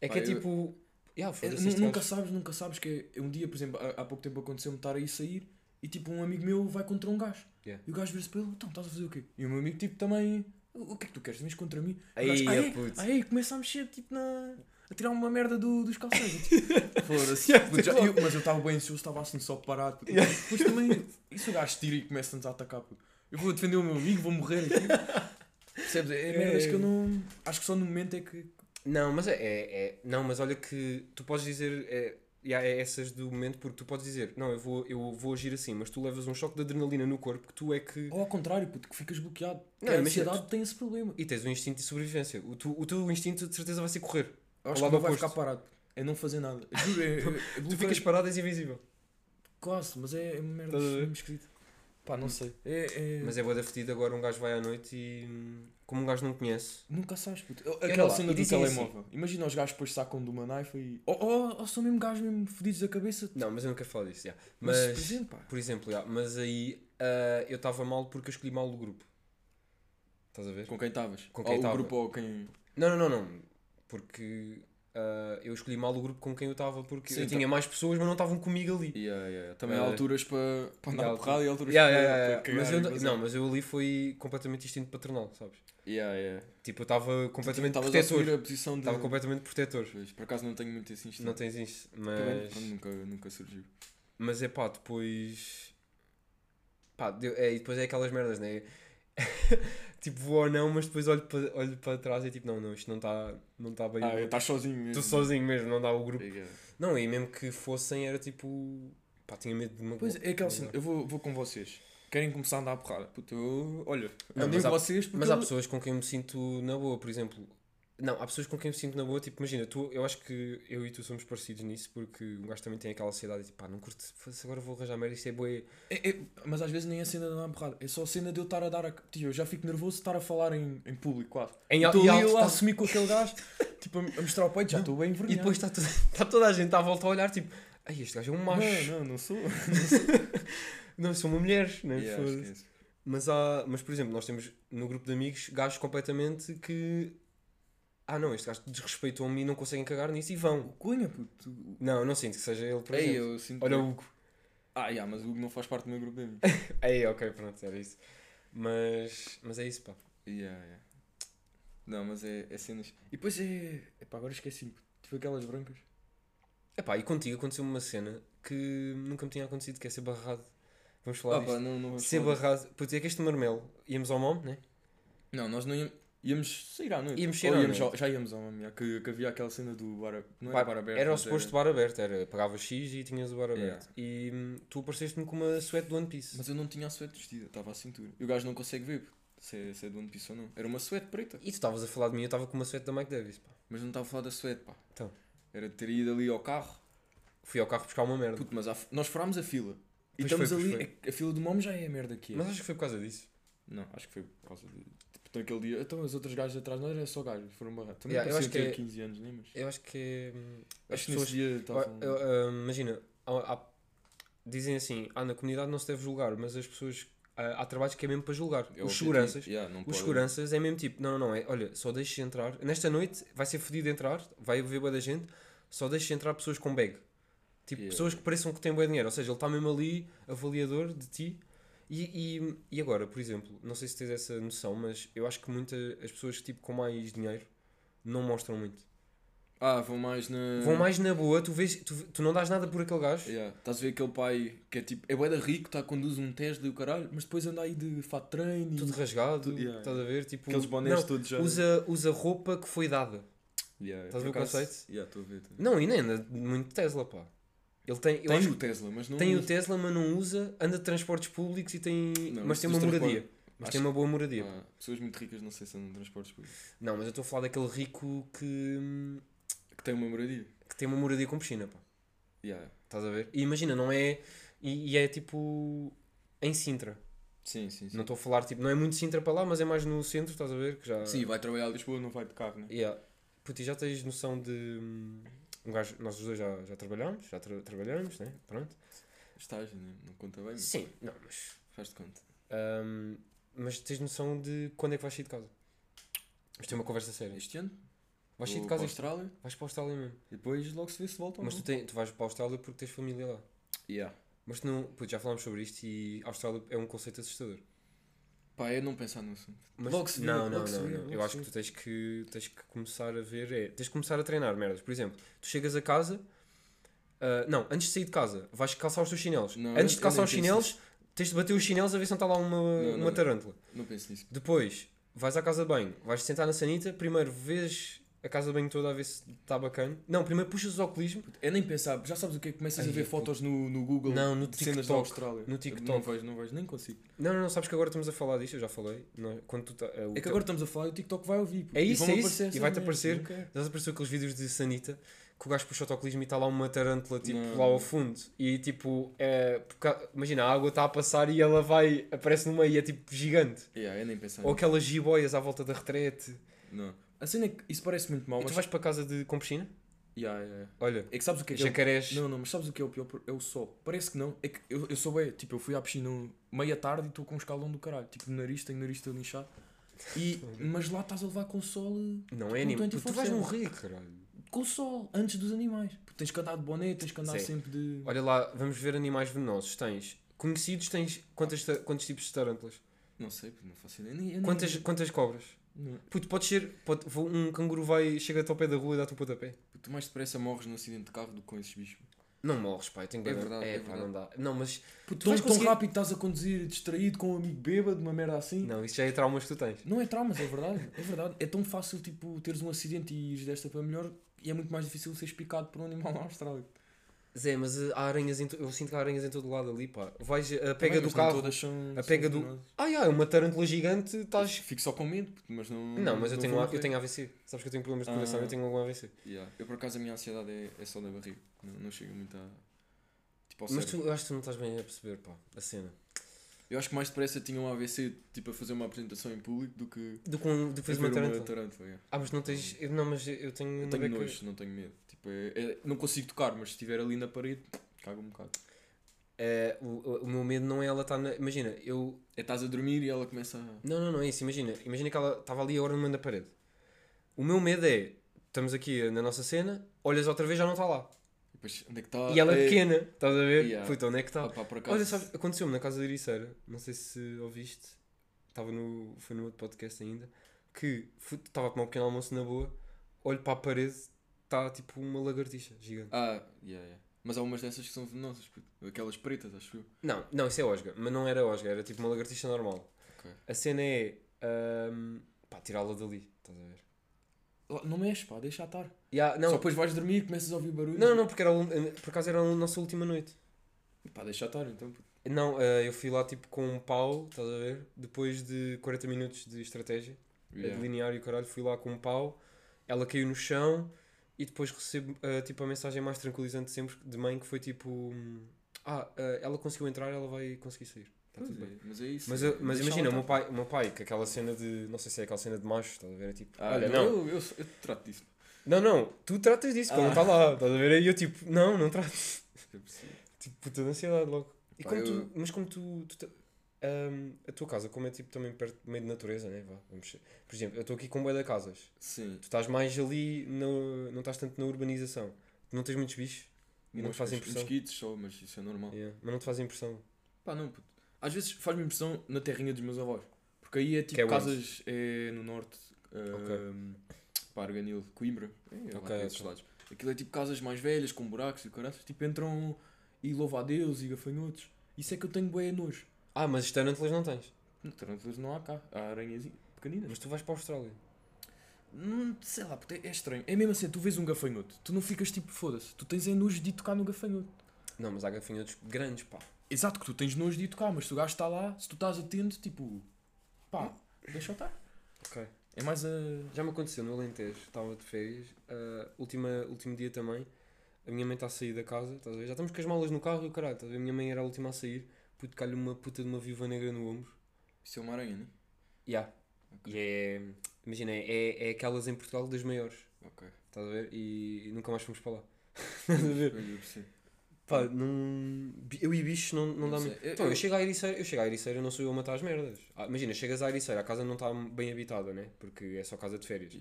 É que Pá, é eu- tipo. Yeah, É, foda-se, nu- este nunca gajo. sabes, nunca sabes que é- um dia, por exemplo, há, há pouco tempo aconteceu-me estar aí a sair e tipo um amigo meu vai contra um gajo. Yeah. E o gajo vira-se para ele, então estás a fazer o quê? E o meu amigo tipo também, o o que é que tu queres? Vens contra mim? E o Aí, gajo, "Ah, é é? puto. Aí começa a mexer tipo na. a tirar uma merda do- dos calções. Eu, tipo, Foda-se. Yeah, Puto, já- tipo, eu- mas eu estava bem ansioso, estava assim só parado. puto. Yeah. Depois também, e se o gajo tira e começa-nos a atacar? puto? Eu vou defender o meu amigo, vou morrer aqui. Percebes? É, É. merdas que eu não. Acho que só no momento é que. Não, mas é, é- é- Não, mas olha que tu podes dizer. É, yeah, é essas do momento porque tu podes dizer, não, eu vou, eu vou agir assim, mas tu levas um choque de adrenalina no corpo que tu é que. Ou ao contrário, puto, que ficas bloqueado. Não, Não, a imagina, ansiedade tem esse problema. E tens um instinto de sobrevivência. O, tu, o teu instinto de certeza vai ser correr. Eu acho Ao que lado não vai oposto. ficar parado. É não fazer nada. Juro, é, é, é Tu ficas parado és invisível. quase, mas é, é uma merda Estás a ver? mesmo escrito. Pá, não sei. É, é- Mas é boa da fedida, agora um gajo vai à noite e. hum, Como um gajo não conhece. Nunca sabes, puto. Olha Aquela lá, e cena do dizem assim. telemóvel. Imagina os gajos depois sacam de uma naifa e. Ou oh, oh, são mesmo gajos mesmo fodidos da cabeça. Não, mas eu não quero falar disso. yeah. Mas, Mas, por exemplo, pá. por exemplo, yeah, mas aí ah, eu estava mal porque eu escolhi mal o grupo. Estás a ver? Com quem estavas? Com quem Ou o tava. grupo ou quem. Não, não, não, não. Porque ah, eu escolhi mal o grupo com quem eu estava porque Sim, então- eu tinha mais pessoas, mas não estavam comigo ali. Yeah, yeah, yeah. Também há Ah. alturas para para andar Há a porrada e alturas Yeah, para. yeah, yeah, para yeah. Mas cagar eu, e não- vazar. não, mas eu ali foi completamente instinto paternal, sabes? Yeah, yeah. Tipo, eu estava completamente Estavas a assumir protetor. a posição de. Estava completamente protetor. Pois, por acaso não tenho muito esse instinto. Não tens isso, Também, mas. pronto, nunca, nunca surgiu. Mas é pá, depois. Pá, deu- é, e depois é aquelas merdas, né? tipo, vou ou não, mas depois olho para olho para trás e tipo, não, não, isto não está não tá bem. Ah, estás sozinho mesmo. Estou sozinho mesmo, não dá o grupo. Yeah. Não, e mesmo que fossem, era tipo. Pá, tinha medo de uma Pois é, aquela cena, eu vou, vou com vocês. Querem começar a andar a porrada? Puto, eu, olha, Não, andei mas com há- vocês porque. Mas há eu- pessoas com quem me sinto na boa, por exemplo, Não, há pessoas com quem eu me sinto na boa, tipo, imagina, tu, eu acho que eu e tu somos parecidos nisso, porque um gajo também tem aquela ansiedade de, pá, não curto, foda-se, agora vou arranjar merda, isto é boé. É- é- mas às vezes nem é a cena de dar uma porrada, é só a cena de eu estar a dar a. Tio, eu já fico nervoso de estar a falar em, em público, quase. Em al- Estou e ali alto eu a está- assumir com aquele gajo, tipo, a, a mostrar o peito, já estou bem E envergonhado. depois está toda, está toda a gente à volta a olhar, tipo, ai, este gajo é um macho, não, Não, não, não sou. eu sou uma mulher, não é? Yeah, Foda-se. esquece. Mas há, mas por exemplo, nós temos no grupo de amigos gajos completamente que. Ah não, este gajo desrespeitou-me e não conseguem cagar nisso e vão. o Cunha, puto. o- Não, eu não sinto que seja ele, por Ei, exemplo. eu sinto. Olha que- o Hugo. Ah, yeah, mas o Hugo não faz parte do meu grupo é de amigos. Ei, ok, pronto, era isso. Mas, mas é isso, pá. Yeah, yeah. Não, mas é, é cenas. E depois é. Epá, agora esqueci-me. Tipo aquelas brancas. Epá, e contigo aconteceu uma cena que nunca me tinha acontecido, que é ser barrado. Vamos falar Ah, disto. pá, não, não vamos Ser falar disso. barrado. Putz, é que este marmelo, íamos ao MOM, né? Não, nós não íamos. Íamos sair à noite. Íamos sair Ou à íamos noite. ao- já íamos ao mamia, que, que havia aquela cena do bar. Não Pá, era bar aberto. Era o mas suposto bar aberto, era pagava X e tinhas o bar Yeah. aberto. E hum, tu apareceste-me com uma suéte do One Piece. Mas eu não tinha a suéte vestida, estava à cintura. E o gajo não consegue ver pô, se é, se é do One Piece ou não. Era uma suéte preta. E tu estavas a falar de mim, eu estava com uma suéte da Mike Davis, pá. Mas não estava a falar da suéte, pá. Então. Era de ter ido ali ao carro. Fui ao carro buscar uma merda. Puto, mas há- nós furámos a fila. E Pois estamos foi, pois ali. A, a fila do Mom já é a merda que é. Mas acho que foi por causa disso. Não, acho que foi por causa de. Tipo, tem aquele dia. Então, as outras gajas atrás de nós eram só gajos, foram barrados. Também Yeah, eu pareciam acho que ter é- 15 anos, nem mas. Eu acho que é. hum, Acho As que nesse pessoas. dia estavam. É Ah, ah, ah, imagina, há- há- dizem assim: ah, na comunidade não se deve julgar, mas as pessoas. ah, há trabalhos que é mesmo para julgar. É o Os objetivo. seguranças. Yeah, não Os podem. seguranças é mesmo tipo: não, não, não, é, olha, só deixes entrar. Nesta noite vai ser fodido entrar, vai haver boa da gente, só deixes entrar pessoas com bag. Tipo, Yeah. pessoas que pareçam que têm bem dinheiro. Ou seja, ele está mesmo ali, avaliador de ti. E, e, e agora, por exemplo, não sei se tens essa noção, mas eu acho que muitas as pessoas tipo, com mais dinheiro não mostram muito. Ah, vão mais na. Vão mais na boa, tu, vês, tu, tu não dás nada por aquele gajo. Yeah. Estás a ver aquele pai que é tipo. É bué da rico, tá, conduz um teste do caralho, mas depois anda aí de fato treino e. tipo, Tudo rasgado, Tudo- yeah, estás a ver? Tipo, Aqueles bonés não, todos já. usa, usa roupa que foi dada. Yeah, é Estás a por ver o acaso- conceito? Yeah, estou a ver. Tem, Não, e nem anda muito Tesla, pá. Ele tem, eu tem acho o Tesla, mas não. que tem o Tesla, mas não usa, anda de transportes públicos e tem. Uhum. Não, mas isso tem dos uma transportes- moradia. Mas acho tem uma boa moradia. Ah, pessoas muito ricas não sei se andam em transportes públicos. Não, mas eu estou a falar daquele rico que, Que tem uma moradia. que tem uma moradia com piscina, pá. Yeah. Estás a ver? E imagina, não é. E, e é tipo. Em Sintra. Sim, sim, sim. Não estou a falar, tipo, não é muito Sintra para lá, mas é mais no centro, estás a ver? Que já... Sim, vai trabalhar a Ah, Lisboa, não vai de carro, né? Yeah. Puti, já tens noção de. hum, Um gajo, nós os dois já, já trabalhámos, já tra trabalhamos, né? Pronto. Estágio, né? Não conta bem, mas Sim, não, mas. faz de conta. hum, mas tens noção de quando é que vais sair de casa? Mas tem uma conversa séria. Este ano? Vais sair de vou casa para a e Austrália vais para a Austrália mesmo. e depois logo se vê se volta ou Mas não. tu, tem, tu vais para a Austrália porque tens família lá. Yeah. Mas tu não. Puto, já falámos sobre isto e a Austrália é um conceito assustador. Pá, é não pensar no assunto. Mas Logo se vê, não, logo não, se não, vê, não. logo Eu se acho que vê. tu tens que tens que começar a ver, é, tens que começar a treinar merdas. Por exemplo, tu chegas a casa, ah, não, antes de sair de casa, vais calçar os teus chinelos. Não, antes eu- de eu calçar nem os penso chinelos, tens de bater os chinelos a ver se não está lá uma, não, uma não. tarântula. Não penso nisso. Depois, vais à casa de banho, vais te sentar na sanita, primeiro vês a casa de banho toda a ver se está bacana. Não, primeiro puxas o oculismo, Puto, É nem pensar, já sabes o que é? Começas Ai, a ver é fotos no, no Google Não, no de cenas da TikTok, Austrália. no TikTok. Não vejo, não vejo, nem consigo. Não, não, não, sabes que agora estamos a falar disto, eu já falei. Não, quando tu tá, é, o É que teu- agora estamos a falar e o TikTok vai ouvir. puto, É isso, vão é isso, aparecer e essas vai-te merdas, aparecer. não quero. Já apareceu aqueles vídeos de Sanita que o gajo puxa o autocolismo e está lá uma tarântula tipo, Não. lá ao fundo. E tipo, é, por ca- imagina, a água está a passar e ela vai, aparece no meio e é tipo gigante. Yeah, é nem pensar Ou aquelas jiboias à volta da retrete. nisso. Não. A cena é que isso parece muito mal, e tu mas. vais para casa de com piscina? Yeah, yeah, yeah. Olha, É que sabes o que é que é o jacarés. Não, não, mas sabes o que é o pior? É o sol. Parece que não. É que eu, eu sou bem, tipo, eu fui à piscina meia tarde e estou com um escalão do caralho. Tipo, nariz, tenho nariz todo inchado. E, mas lá estás a levar com sol, Não, é Não anime. tem Tu, tu tipo vais força. morrer, caralho. com sol, antes dos animais. Porque tens que andar de boné, tens que andar Sim. sempre de. Olha lá, vamos ver animais venenosos. Tens conhecidos, tens quantas, ta- quantos tipos de tarântulas? Não sei, não faço ideia. Nem, eu nem- Quantas, quantas cobras? Não. Puto, pode ser. Pode, vou- um canguru vai, chega-te ao pé da rua e dá-te um pontapé. Tu mais depressa morres num acidente de carro do que com esses bichos. Não morres, pai. Tenho É bué- verdade, É, é pá, não dá. Não, mas. Puto, tu tão, vais tão conseguir- rápido estás a conduzir distraído com um amigo bêbado, uma merda assim. Não. Não, isso já é traumas que tu tens. é traumas, é verdade. É verdade. É tão fácil, tipo, teres um acidente e ires desta para melhor. E é muito mais difícil seres picado por um animal na Austrália. Zé, mas eh, há aranhas em to- eu sinto que há aranhas em todo lado ali, pá. Vais, a Também, pega mas do nem carro. todas são- a são pega do- venenosas. Ah, yeah, uma tarântula gigante, estás. Fico só com medo, puto, mas não. Não, mas eu não tenho, vou a- eu morrer. tenho AVC. Sabes que eu tenho problemas de Ah. coração, eu tenho algum AVC. Yeah. Eu por acaso a minha ansiedade é, é só na barriga. Não, não chega muito a. Tipo, ao mas cérebro. tu, eu acho que tu não estás bem a perceber, pá, a cena. Eu acho que mais depressa tinha um AVC tipo, a fazer uma apresentação em público do que Do que um- do que fez a uma ver tarântula. tarântula, yeah. Ah, mas não tens. eu- Não, mas eu tenho. Eu na tenho beca- nojo, não tenho medo. Tipo, é- é- não consigo tocar, mas se estiver ali na parede, cago um bocado. É, o, o- o meu medo não é ela estar na. Imagina, eu. É estás a dormir e ela começa a. Não, não, não é isso. Imagina, imagina que ela estava ali agora numa da parede. O meu medo é. Estamos aqui na nossa cena, olhas outra vez já não está lá. E depois, onde é que está? e ela é é pequena, estás a ver? Yeah. Puta, onde é que está? Ah, pá, por acaso. Olha, sabes, aconteceu-me na casa da Ericeira, não sei se ouviste, estava no, foi no outro podcast ainda, que fui- estava a comer um pequeno almoço na boa, olho para a parede, está tipo uma lagartixa gigante. Ah, yeah, yeah. Mas há umas dessas que são venenosas, puto. aquelas pretas, acho eu. Não, não, isso é osga, mas não era osga, era tipo uma lagartixa normal. Ok. A cena é, ahm, pá, tirá-la dali, estás a ver? Lá- Não mexe, pá, deixa estar. E há- não, Só depois vais dormir e começas a ouvir barulho. não, não, porque era, a ul- por acaso era a nossa última noite. Pá, deixa estar então. puto. Não, ah, eu fui lá tipo com um pau, estás a ver? Depois de 40 minutos de estratégia. a Yeah. delinear e o caralho, fui lá com um pau, ela caiu no chão e depois recebo ah, tipo a mensagem mais tranquilizante sempre de mãe que foi tipo hum, ah, ah, ela conseguiu entrar, ela vai conseguir sair. Tá Pois tudo é, bem. Mas é isso. Mas, eu- Deixa mas ela imagina, o meu estar. pai, o meu pai, que é aquela cena de. Não sei se é aquela cena de macho, estás a ver? É tipo, Ah, olha, não. não, Eu, eu, eu trato disso. Não, não, tu tratas disso, que ela Ah. está lá, estás a ver? E eu tipo, não, não trato. Eu percebo. Tipo, puta de ansiedade logo. E Pá, como eu- tu, mas como tu. tu te- hum, a tua casa, como é tipo também perto meio de natureza, né? Vá, vamos ser- Por exemplo, eu estou aqui com boi da casas. Sim. Tu estás mais ali, no, não estás tanto na urbanização. Não tens muitos bichos, E não te faz Moscas, impressão? Mosquitos só, mas isso é normal. yeah, mas não te faz impressão. Pá, não, puto. Às vezes faz-me impressão na terrinha dos meus avós. Porque aí é tipo Que é onde? casas é no norte. Uh, Pá, Arganil, Coimbra. É, lá Ok, tem esses ok. lados. Aquilo é tipo casas mais velhas, com buracos e caras. Tipo, entram e louva a Deus e gafanhotos. Isso é que eu tenho bué nojo. Ah, mas as tarântulas não tens. Não, Tarântulas não há cá. Há aranhas pequeninas. Mas tu vais para a Austrália. Hum, sei lá, puto, é é estranho. É mesmo assim, tu vês um gafanhoto, tu não ficas tipo, foda-se. Tu tens é nojo de tocar no gafanhoto. Não, mas há gafanhotos grandes, pá. Exato, que tu tens nojo de ir tocar, mas se o gajo está lá, se tu estás atento, tipo, pá, deixa eu estar. Ok. É mais a. Já me aconteceu no Alentejo, estava de férias, ah, última, último dia também. A minha mãe está a sair da casa, estás a ver? Já estamos com as malas no carro e o caralho, estás a ver? A minha mãe era a última a sair, puto, calha uma puta de uma viúva negra no ombro. Isso é uma aranha, né? Yeah. E é. Imagina, é, é aquelas em Portugal das maiores, Ok. estás a ver? E, e nunca mais fomos para lá. Estás a ver? Pá, não. bi- Eu e bichos não, não, Não dá sei. muito. Eu- Então, eu eu- chego à Ericeira, eu chego à Ericeira, não sou eu a matar as merdas. Ah, imagina, chegas à Ericeira, a casa não está bem habitada, né? Porque é só casa de férias.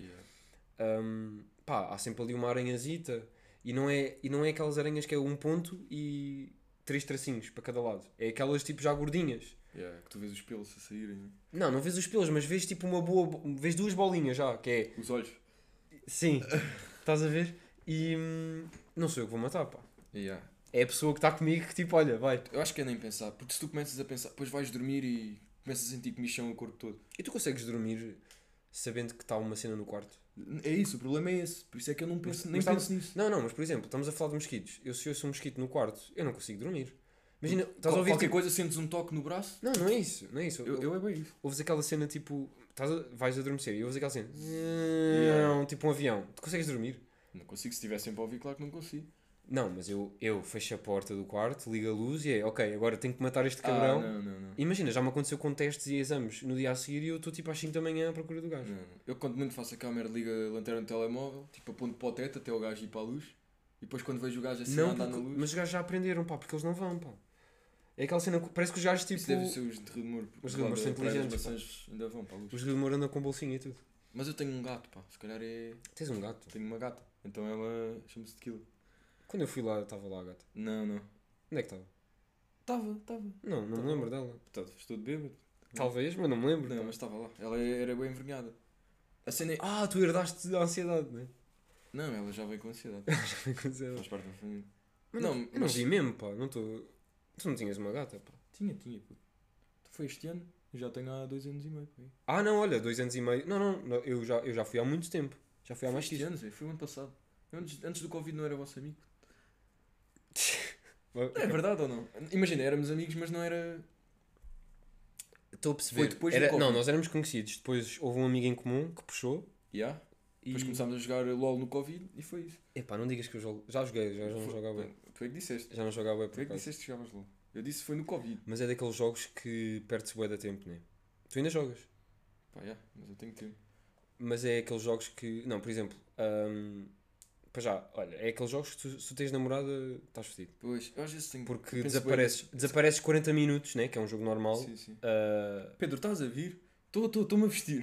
Ahm, pá, há sempre ali uma aranhazita e não, é, e não é aquelas aranhas que é um ponto e três tracinhos para cada lado. É aquelas tipo já gordinhas. que tu vês os pelos a saírem, né? Não, não vês os pelos, mas vês tipo uma boa. bo- vês duas bolinhas já, que é. os olhos. Sim, estás a ver? E. hum, não sou eu que vou matar, pá. Yeah. É a pessoa que está comigo que tipo, olha, vai. Eu acho que é nem pensar, porque se tu começas a pensar, depois vais dormir e começas a sentir que comichão o corpo todo. E tu consegues dormir sabendo que está uma cena no quarto? É isso, o problema é esse. Por isso é que eu não penso, nem mas tá- penso nisso. Não, não, mas por exemplo, estamos a falar de mosquitos. Eu, se eu sou um mosquito no quarto, eu não consigo dormir. Imagina, estás a Qual- ouvir. qualquer Tipo... coisa sentes um toque no braço, Não, não é isso, não é isso. eu, eu é bem isso. Ouves aquela cena tipo. Estás a... Vais adormecer e ouves aquela cena. Yeah. Tipo um avião. Tu consegues dormir? Não consigo, se estiver sempre a ouvir, claro que não consigo. Não, mas eu, eu fecho a porta do quarto, ligo a luz e é, ok, agora tenho que matar este Ah, cabrão. não, não, não. Imagina, já me aconteceu com testes e exames no dia a seguir e eu estou tipo às 5 da manhã à procura do gajo. Não, não. Eu quando muito faço a câmera, ligo a lanterna do telemóvel, tipo aponto para o teto até o gajo ir para a luz. E depois quando vejo o gajo assim Não, a andar porque- na luz, mas os gajos já aprenderam, pá, porque eles não vão, pá. É aquela cena que parece que os gajos tipo. isso deve ser os de Rio de Moro, porque Os de Rio de lá Moro são da Praia das inteligentes, pá. Maçãs ainda vão para a luz. Os Rio de Moro andam com bolsinha e tudo. Mas eu tenho um gato, pá, se calhar é... Tens um gato? Tenho uma gata, então ela chama-se Tequila. Quando eu fui lá, estava lá a gata. Não, não. Onde é que estava? Estava, estava. Não, não me Tava lembro dela. Portanto, estou de bêbado. Talvez, mas não tá. me lembro. Não, pá. mas estava lá. Ela é, era bem envergonhada. A cena é... Ah, tu herdaste a ansiedade, né? Não, ela já veio com ansiedade. Ansiedade. Faz parte da família. mas não, não, eu não mas- vi mesmo, pá. Não estou. Tu não tinhas uma gata, pá. Tinha, tinha, puto. Foi este ano, já tenho há dois anos e meio, pá. Ah, não, olha, dois anos e meio. Não, não, não, eu, já, eu já fui há muito tempo. Já fui há Foi mais este que isso. ano, Zé, foi o ano passado. Eu Antes, antes do Covid não era vosso amigo. Não é verdade ou não? Imagina, éramos amigos, mas não era. Estou a perceber. Foi depois do Era- Covid. não, nós éramos conhecidos. Depois houve um amigo em comum que puxou. Yeah. E... Depois começámos a jogar LOL no Covid e foi isso. Epá, não digas que eu jogo. Já joguei, já, já não Foi- jogava. bem. Tu é que disseste. Já não jogava bem Tu por é que acaso. disseste que jogavas LOL. Eu disse foi no Covid. Mas é daqueles jogos que perde-se bué da tempo, né? Tu ainda jogas. Pá, yeah, mas eu tenho tempo. Mas é aqueles jogos que. Não, por exemplo. hum, para já, olha, é aqueles jogos que tu, se tu tens namorada, estás fodido. Pois, eu às vezes tenho Porque eu penso bué desapareces, desapareces 40 minutos, né? Que é um jogo normal. nisso. Sim, sim. Ah, Pedro, estás a vir? Estou-me a vestir.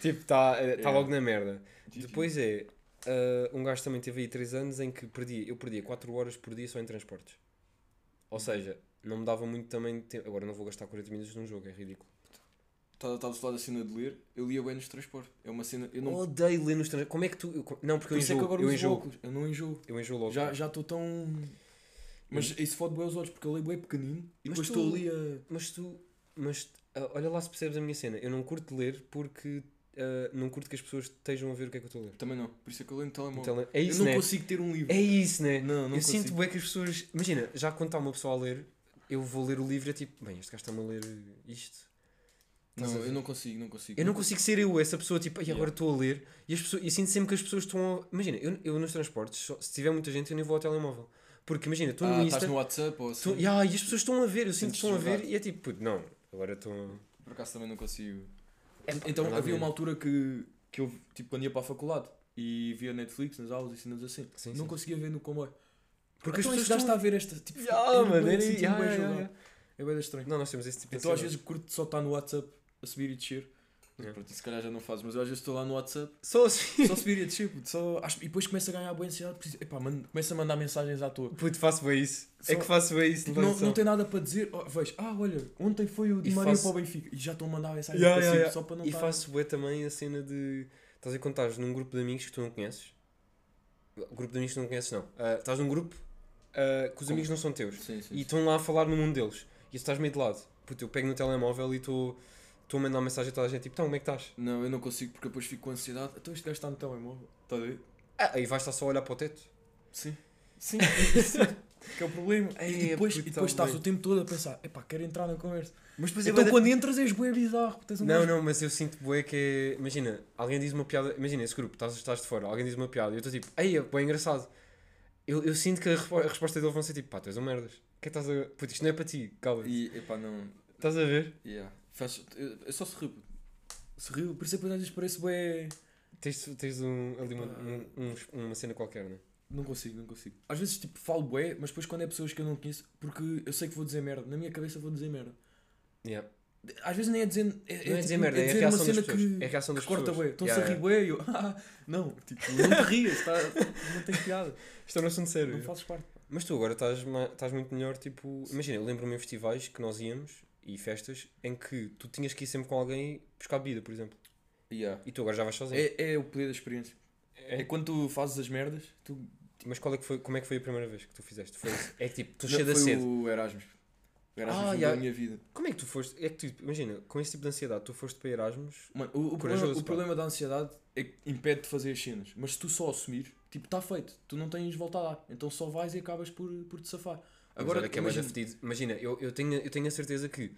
tipo, está Yeah. logo na merda. Depois é. ah, um gajo também teve aí 3 anos em que perdi, eu perdia 4 horas por dia só em transportes. Uhum. Ou seja, não me dava muito também tempo. Agora não vou gastar 40 minutos num jogo, é ridículo. Estavas lá tá da cena de ler, eu lia bem nos transportes. É uma cena. Eu não. Odeio ler nos transportes. Como é que tu. eu- não, porque eu Por isso é que enjoo. agora Eu uso enjoo. óculos. Eu não enjoo. Eu enjoo logo. Já já estou tão. Mas isso fode bem os olhos, porque eu leio bem pequenino e Mas depois tu- estou ali a. Mas tu. Mas ah, olha lá se percebes a minha cena. Eu não curto ler porque ah, não curto que as pessoas estejam a ver o que é que eu estou a ler. Também não, por isso é que eu leio no telemóvel. Então, é eu isso, não né? consigo ter um livro. É isso, né? Não, não eu consigo. sinto bem que as pessoas. Imagina, já quando está uma pessoa a ler, eu vou ler o livro e é tipo, bem, este gajo está-me a ler isto. Estás a Não, ver? eu não consigo, não consigo. Eu não consigo ser eu, essa pessoa, tipo, e agora Yeah. estou a ler. E as pessoas, eu sinto sempre que as pessoas estão a. Imagina, eu, eu nos transportes, só- se tiver muita gente, eu nem vou ao telemóvel. Porque imagina, estou Ah, no estás Insta. no WhatsApp ou assim. estou- Yeah, e as pessoas estão a ver, eu sinto que Sentes-te estão a ver julgado. e é tipo, puto, não, agora estou. a- Por acaso também não consigo. É pá, então nada havia mesmo. uma altura que, que eu, tipo, quando ia para a faculdade e via Netflix nas aulas e cenas assim, Sim, não sim. conseguia ver no comboio. Porque as então, pessoas este gajo estão. está a ver esta. Tipo, Yeah, eu mano, bem era- sinto-me yeah, bem yeah, jogado. yeah. É bem estranho. Não, nós temos esse tipo de Então às ansiedade. vezes curto só estar no WhatsApp a subir e descer. Mas Yeah. pronto, isso se calhar já não faz, mas eu às vezes estou lá no WhatsApp, Só assim. só a subir e a descer, puto, só, acho- e depois começo a ganhar boa ansiedade, por isso- epá, mano, começo a mandar mensagens à toa. Puto, faço bem isso. É Só- que faço bem isso. Tipo, não, levanta só. não tem nada para dizer, oh, vejo, ah, olha, ontem foi o Di E Maria faço- para o Benfica e já estou a mandar mensagem Yeah, para yeah, cima, yeah. só para não tá. E estar- faço bué também a cena de. Estás a contar num grupo de amigos que tu não conheces? Grupo de amigos que tu não conheces, não. Ah, estás num grupo ah, que os Com- amigos não são teus Sim, sim. e estão lá a falar no mundo deles e tu estás meio de lado. Puto, eu pego no telemóvel e estou estou a mandar mensagem a toda a gente tipo, então, como é que estás? Não, eu não consigo porque depois fico com ansiedade. Então este gajo está no telemóvel. Está a ver? Ah, aí vais estar só a olhar para o teto. Sim. Sim, sim. que é o problema. Ei, e depois, puto, e depois tá estás bem. o tempo todo a pensar, epá, quero entrar na conversa. Mas depois então quando entras és bué bizarro. Tens um Não, gajo- não, mas eu sinto bué que é. Imagina, alguém diz uma piada. Imagina esse grupo, estás, estás de fora, alguém diz uma piada e eu estou tipo, ei, é bué engraçado. Eu, eu sinto que a, repo- a resposta dele vão ser tipo, pá, tu és um merdas. O que é que estás a. Puto, isto não é para ti, cala. E epá, não. Estás a ver? Yeah. Faz, eu, eu só sorrio. Sorrio, por isso é que às vezes parece bué. Tens, tens um, ali uma, um- um- uma cena qualquer, não é? Não consigo, não consigo. Às vezes tipo falo bué, mas depois quando é pessoas que eu não conheço, porque eu sei que vou dizer merda. Na minha cabeça vou dizer merda. Yeah. Às vezes nem é dizer. Não é dizer merda, é, a dizer uma reação das cena pessoas. que- É a reação das que corta pessoas. bué. Estão-se a rir yeah. bué e eu, ah, não, tipo, não te rias, tá, não tem piada, Isto é um assunto sério. não fazes parte. Mas tu agora estás, ma- estás muito melhor, tipo... Imagina, eu lembro-me em festivais que nós íamos, e festas, em que tu tinhas que ir sempre com alguém buscar bebida, por exemplo. E tu agora já vais sozinho. É, é o poder da experiência. É quando tu fazes as merdas, tu Mas qual é que foi, como é que foi a primeira vez que tu fizeste? Foi, é que tipo, tu Não, cheio da foi sede. o Erasmus. O Erasmus Ah, mudou yeah. a minha vida. Como é que tu foste? É que tu, tipo, imagina, com esse tipo de ansiedade, tu foste para Erasmus. Mano, o, Corajoso, o problema, o pá. problema da ansiedade é que impede de fazer as cenas. Mas se tu só assumir, tipo, está feito. Tu não tens volta a dar. Então só vais e acabas por, por te safar. Agora Agora, olha que é bué da imagina, fedido. Imagina, eu, eu, tenho, eu tenho a certeza que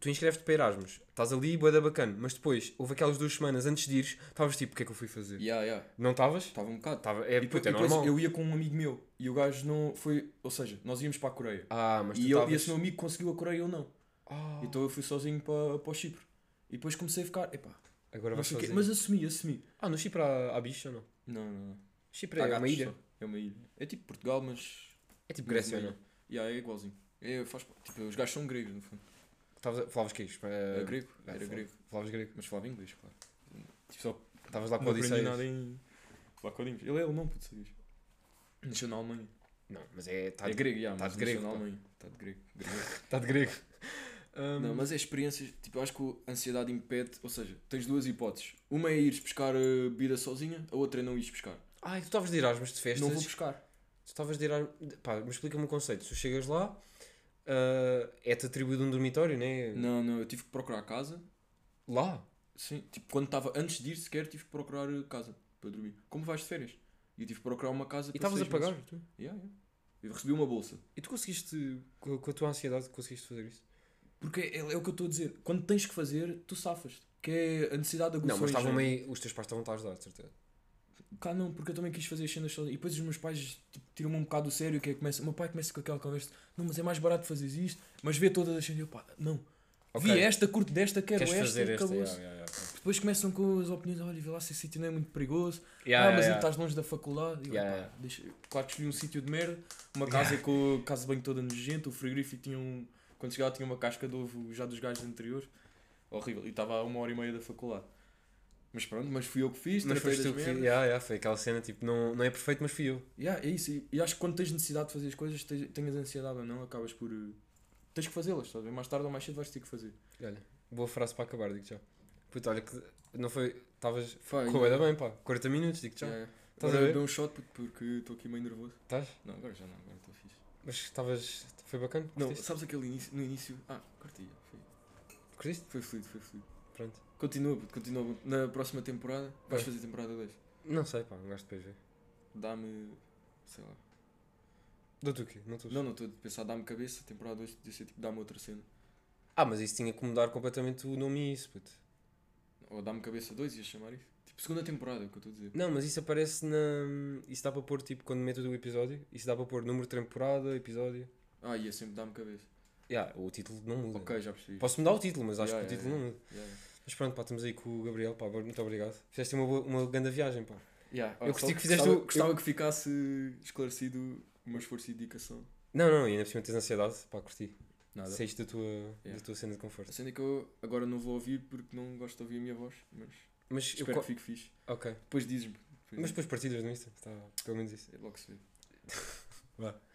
tu inscreves-te para Erasmus, estás ali, boeda bacana, mas depois, houve aquelas duas semanas antes de ires, estavas tipo, o que é que eu fui fazer? yeah, yeah. Não estavas? Estava um bocado. Tava, é, e depois, puta, é e depois normal. eu ia com um amigo meu e o gajo não foi. Ou seja, nós íamos para a Coreia. Ah, mas tu e, eu, e esse estavas. meu amigo conseguiu a Coreia ou não. Ah, Então eu fui sozinho para, para o Chipre. E depois comecei a ficar. Epá, agora não vais sei o quê. fazer. Mas assumi, assumi. Ah, no Chipre há, há bicho ou não? Não, não, não. Chipre Há é uma gatos ilha. só. É uma ilha. É tipo Portugal, mas. É tipo Grécia ou Uma não? ilha. Yeah, é igualzinho. É, faz, tipo, os gajos são gregos, no fundo. Estavas a- Falavas que isto? Era É grego, ah, era fala. grego. Falavas grego. Mas falava inglês, claro. Tipo, só Estavas lá com o não aprendi Odisseias. nada em. Lá com inglês. Ele é alemão, puto, sabias? Nasceu na Alemanha. Não, mas é. Está é de, grego, yeah, tá mas de grego, nasceu na pá. Alemanha. Está de grego. grego. tá de grego. Não, mas é experiências. Tipo, eu acho que a ansiedade impede. Ou seja, tens duas hipóteses. Uma é ires buscar eh, bebida sozinha, a outra é não ires buscar. Ai, tu estavas de Erasmus de festas. Não vou buscar. Tu estavas de Erasmus. Pá, mas explica-me o conceito. Tu chegas lá, ah, é-te atribuído um dormitório, né? Não, não, eu tive que procurar a casa. Lá? Sim, tipo, quando estava antes de ir sequer, tive que procurar eh, casa para dormir. Como vais de férias? E eu tive que procurar uma casa E estavas a seis pagar? meses. tu? Yeah, yeah. Eu recebi uma bolsa. E tu conseguiste, co- com a tua ansiedade, conseguiste fazer isso? Porque é, é o que eu estou a dizer. Quando tens que fazer, tu safas-te. Que é a necessidade da Não, mas estavam meio. Os teus pais estavam a ajudar, de certeza. é? Cá não, porque eu também quis fazer as cenas sozinho. E depois os meus pais tipo, tiram-me um bocado do sério. Que é, começa, o meu pai começa com aquela conversa: Não, mas é mais barato fazer isto. Mas vê todas as cenas. E eu, pá, não. Vi esta, curto desta, quero Queres esta. fazer esta? acabou-se. Yeah, yeah, yeah. Depois começam com as opiniões: Olha, vê lá se esse sítio não é muito perigoso. Yeah, ah, yeah, mas yeah. ainda estás longe da faculdade. E eu, Yeah, pá, yeah. deixa- Claro que escolhi um sítio de merda, uma casa com a casa de banho toda nojenta, o frigorífico tinha um. Quando chegava tinha uma casca de ovo já dos gajos anteriores. Horrível. E estava a uma hora e meia da faculdade. Mas pronto, mas fui eu que fiz, Mas tratei foste tu das que. merdas. assim, Yeah, yeah, foi aquela cena tipo, não, não é perfeito, mas fui eu. Yeah, é isso. E, e acho que quando tens necessidade de fazer as coisas, te- tenhas ansiedade ou não, acabas por. eh, Tens que fazê-las, estás a ver? Mais tarde ou mais cedo vais ter que fazer. Olha, boa frase para acabar, digo já. Puta, olha que. Não foi. Estavas. Foi. Correu Ah, ainda bem, pá. 40 minutos, digo já. Yeah. Estás a Agora ver? dou um shot puto, porque estou aqui meio nervoso. Estás? Não, agora já não, agora estou fixe. Mas estavas. Foi bacana? Não, Curtiste? sabes aquele início, no início. Ah, curtia. Foi, Curtiste? foi fluido, foi fluido. Pronto. Continua, puto, continua. Na próxima temporada vais fazer temporada 2. Não sei, pá, não gosto de PG. Dá-me. sei lá. Dou-te o quê? Não estou. Não, não estou a pensar, dá-me cabeça. Temporada 2 podia ser tipo, dá-me outra cena. Ah, mas isso tinha que mudar completamente o nome e isso, puto. Ou dá-me cabeça 2 ia chamar isso. Tipo, segunda temporada, é o que eu estou a dizer. Não, mas isso aparece na. Isso dá para pôr tipo quando meto o episódio. Isso dá para pôr número de temporada, episódio. Ah, ia sempre dá-me cabeça. Yeah, o título não muda. Ok, já percebi. é. Posso mudar o título, mas acho Yeah, que o yeah, título não muda. Yeah, yeah. Mas pronto, pá, estamos aí com o Gabriel, pá, muito obrigado. Fizeste uma, boa, uma grande viagem, pá. Yeah, Eu ah, gostei só que fizeste Gostava, o- gostava que ficasse esclarecido o meu esforço e dedicação. Não, não, e ainda por cima tens ansiedade, pá, curti. Nada. Saíste da tua, da Yeah. tua cena de A conforto. cena é que eu agora não vou ouvir porque não gosto de ouvir a minha voz, mas Mas eu. espero co- que fique fixe. Ok. Depois dizes-me. Mas depois partidas no Insta, tá, pelo menos isso. É, Logo se vê. Vá.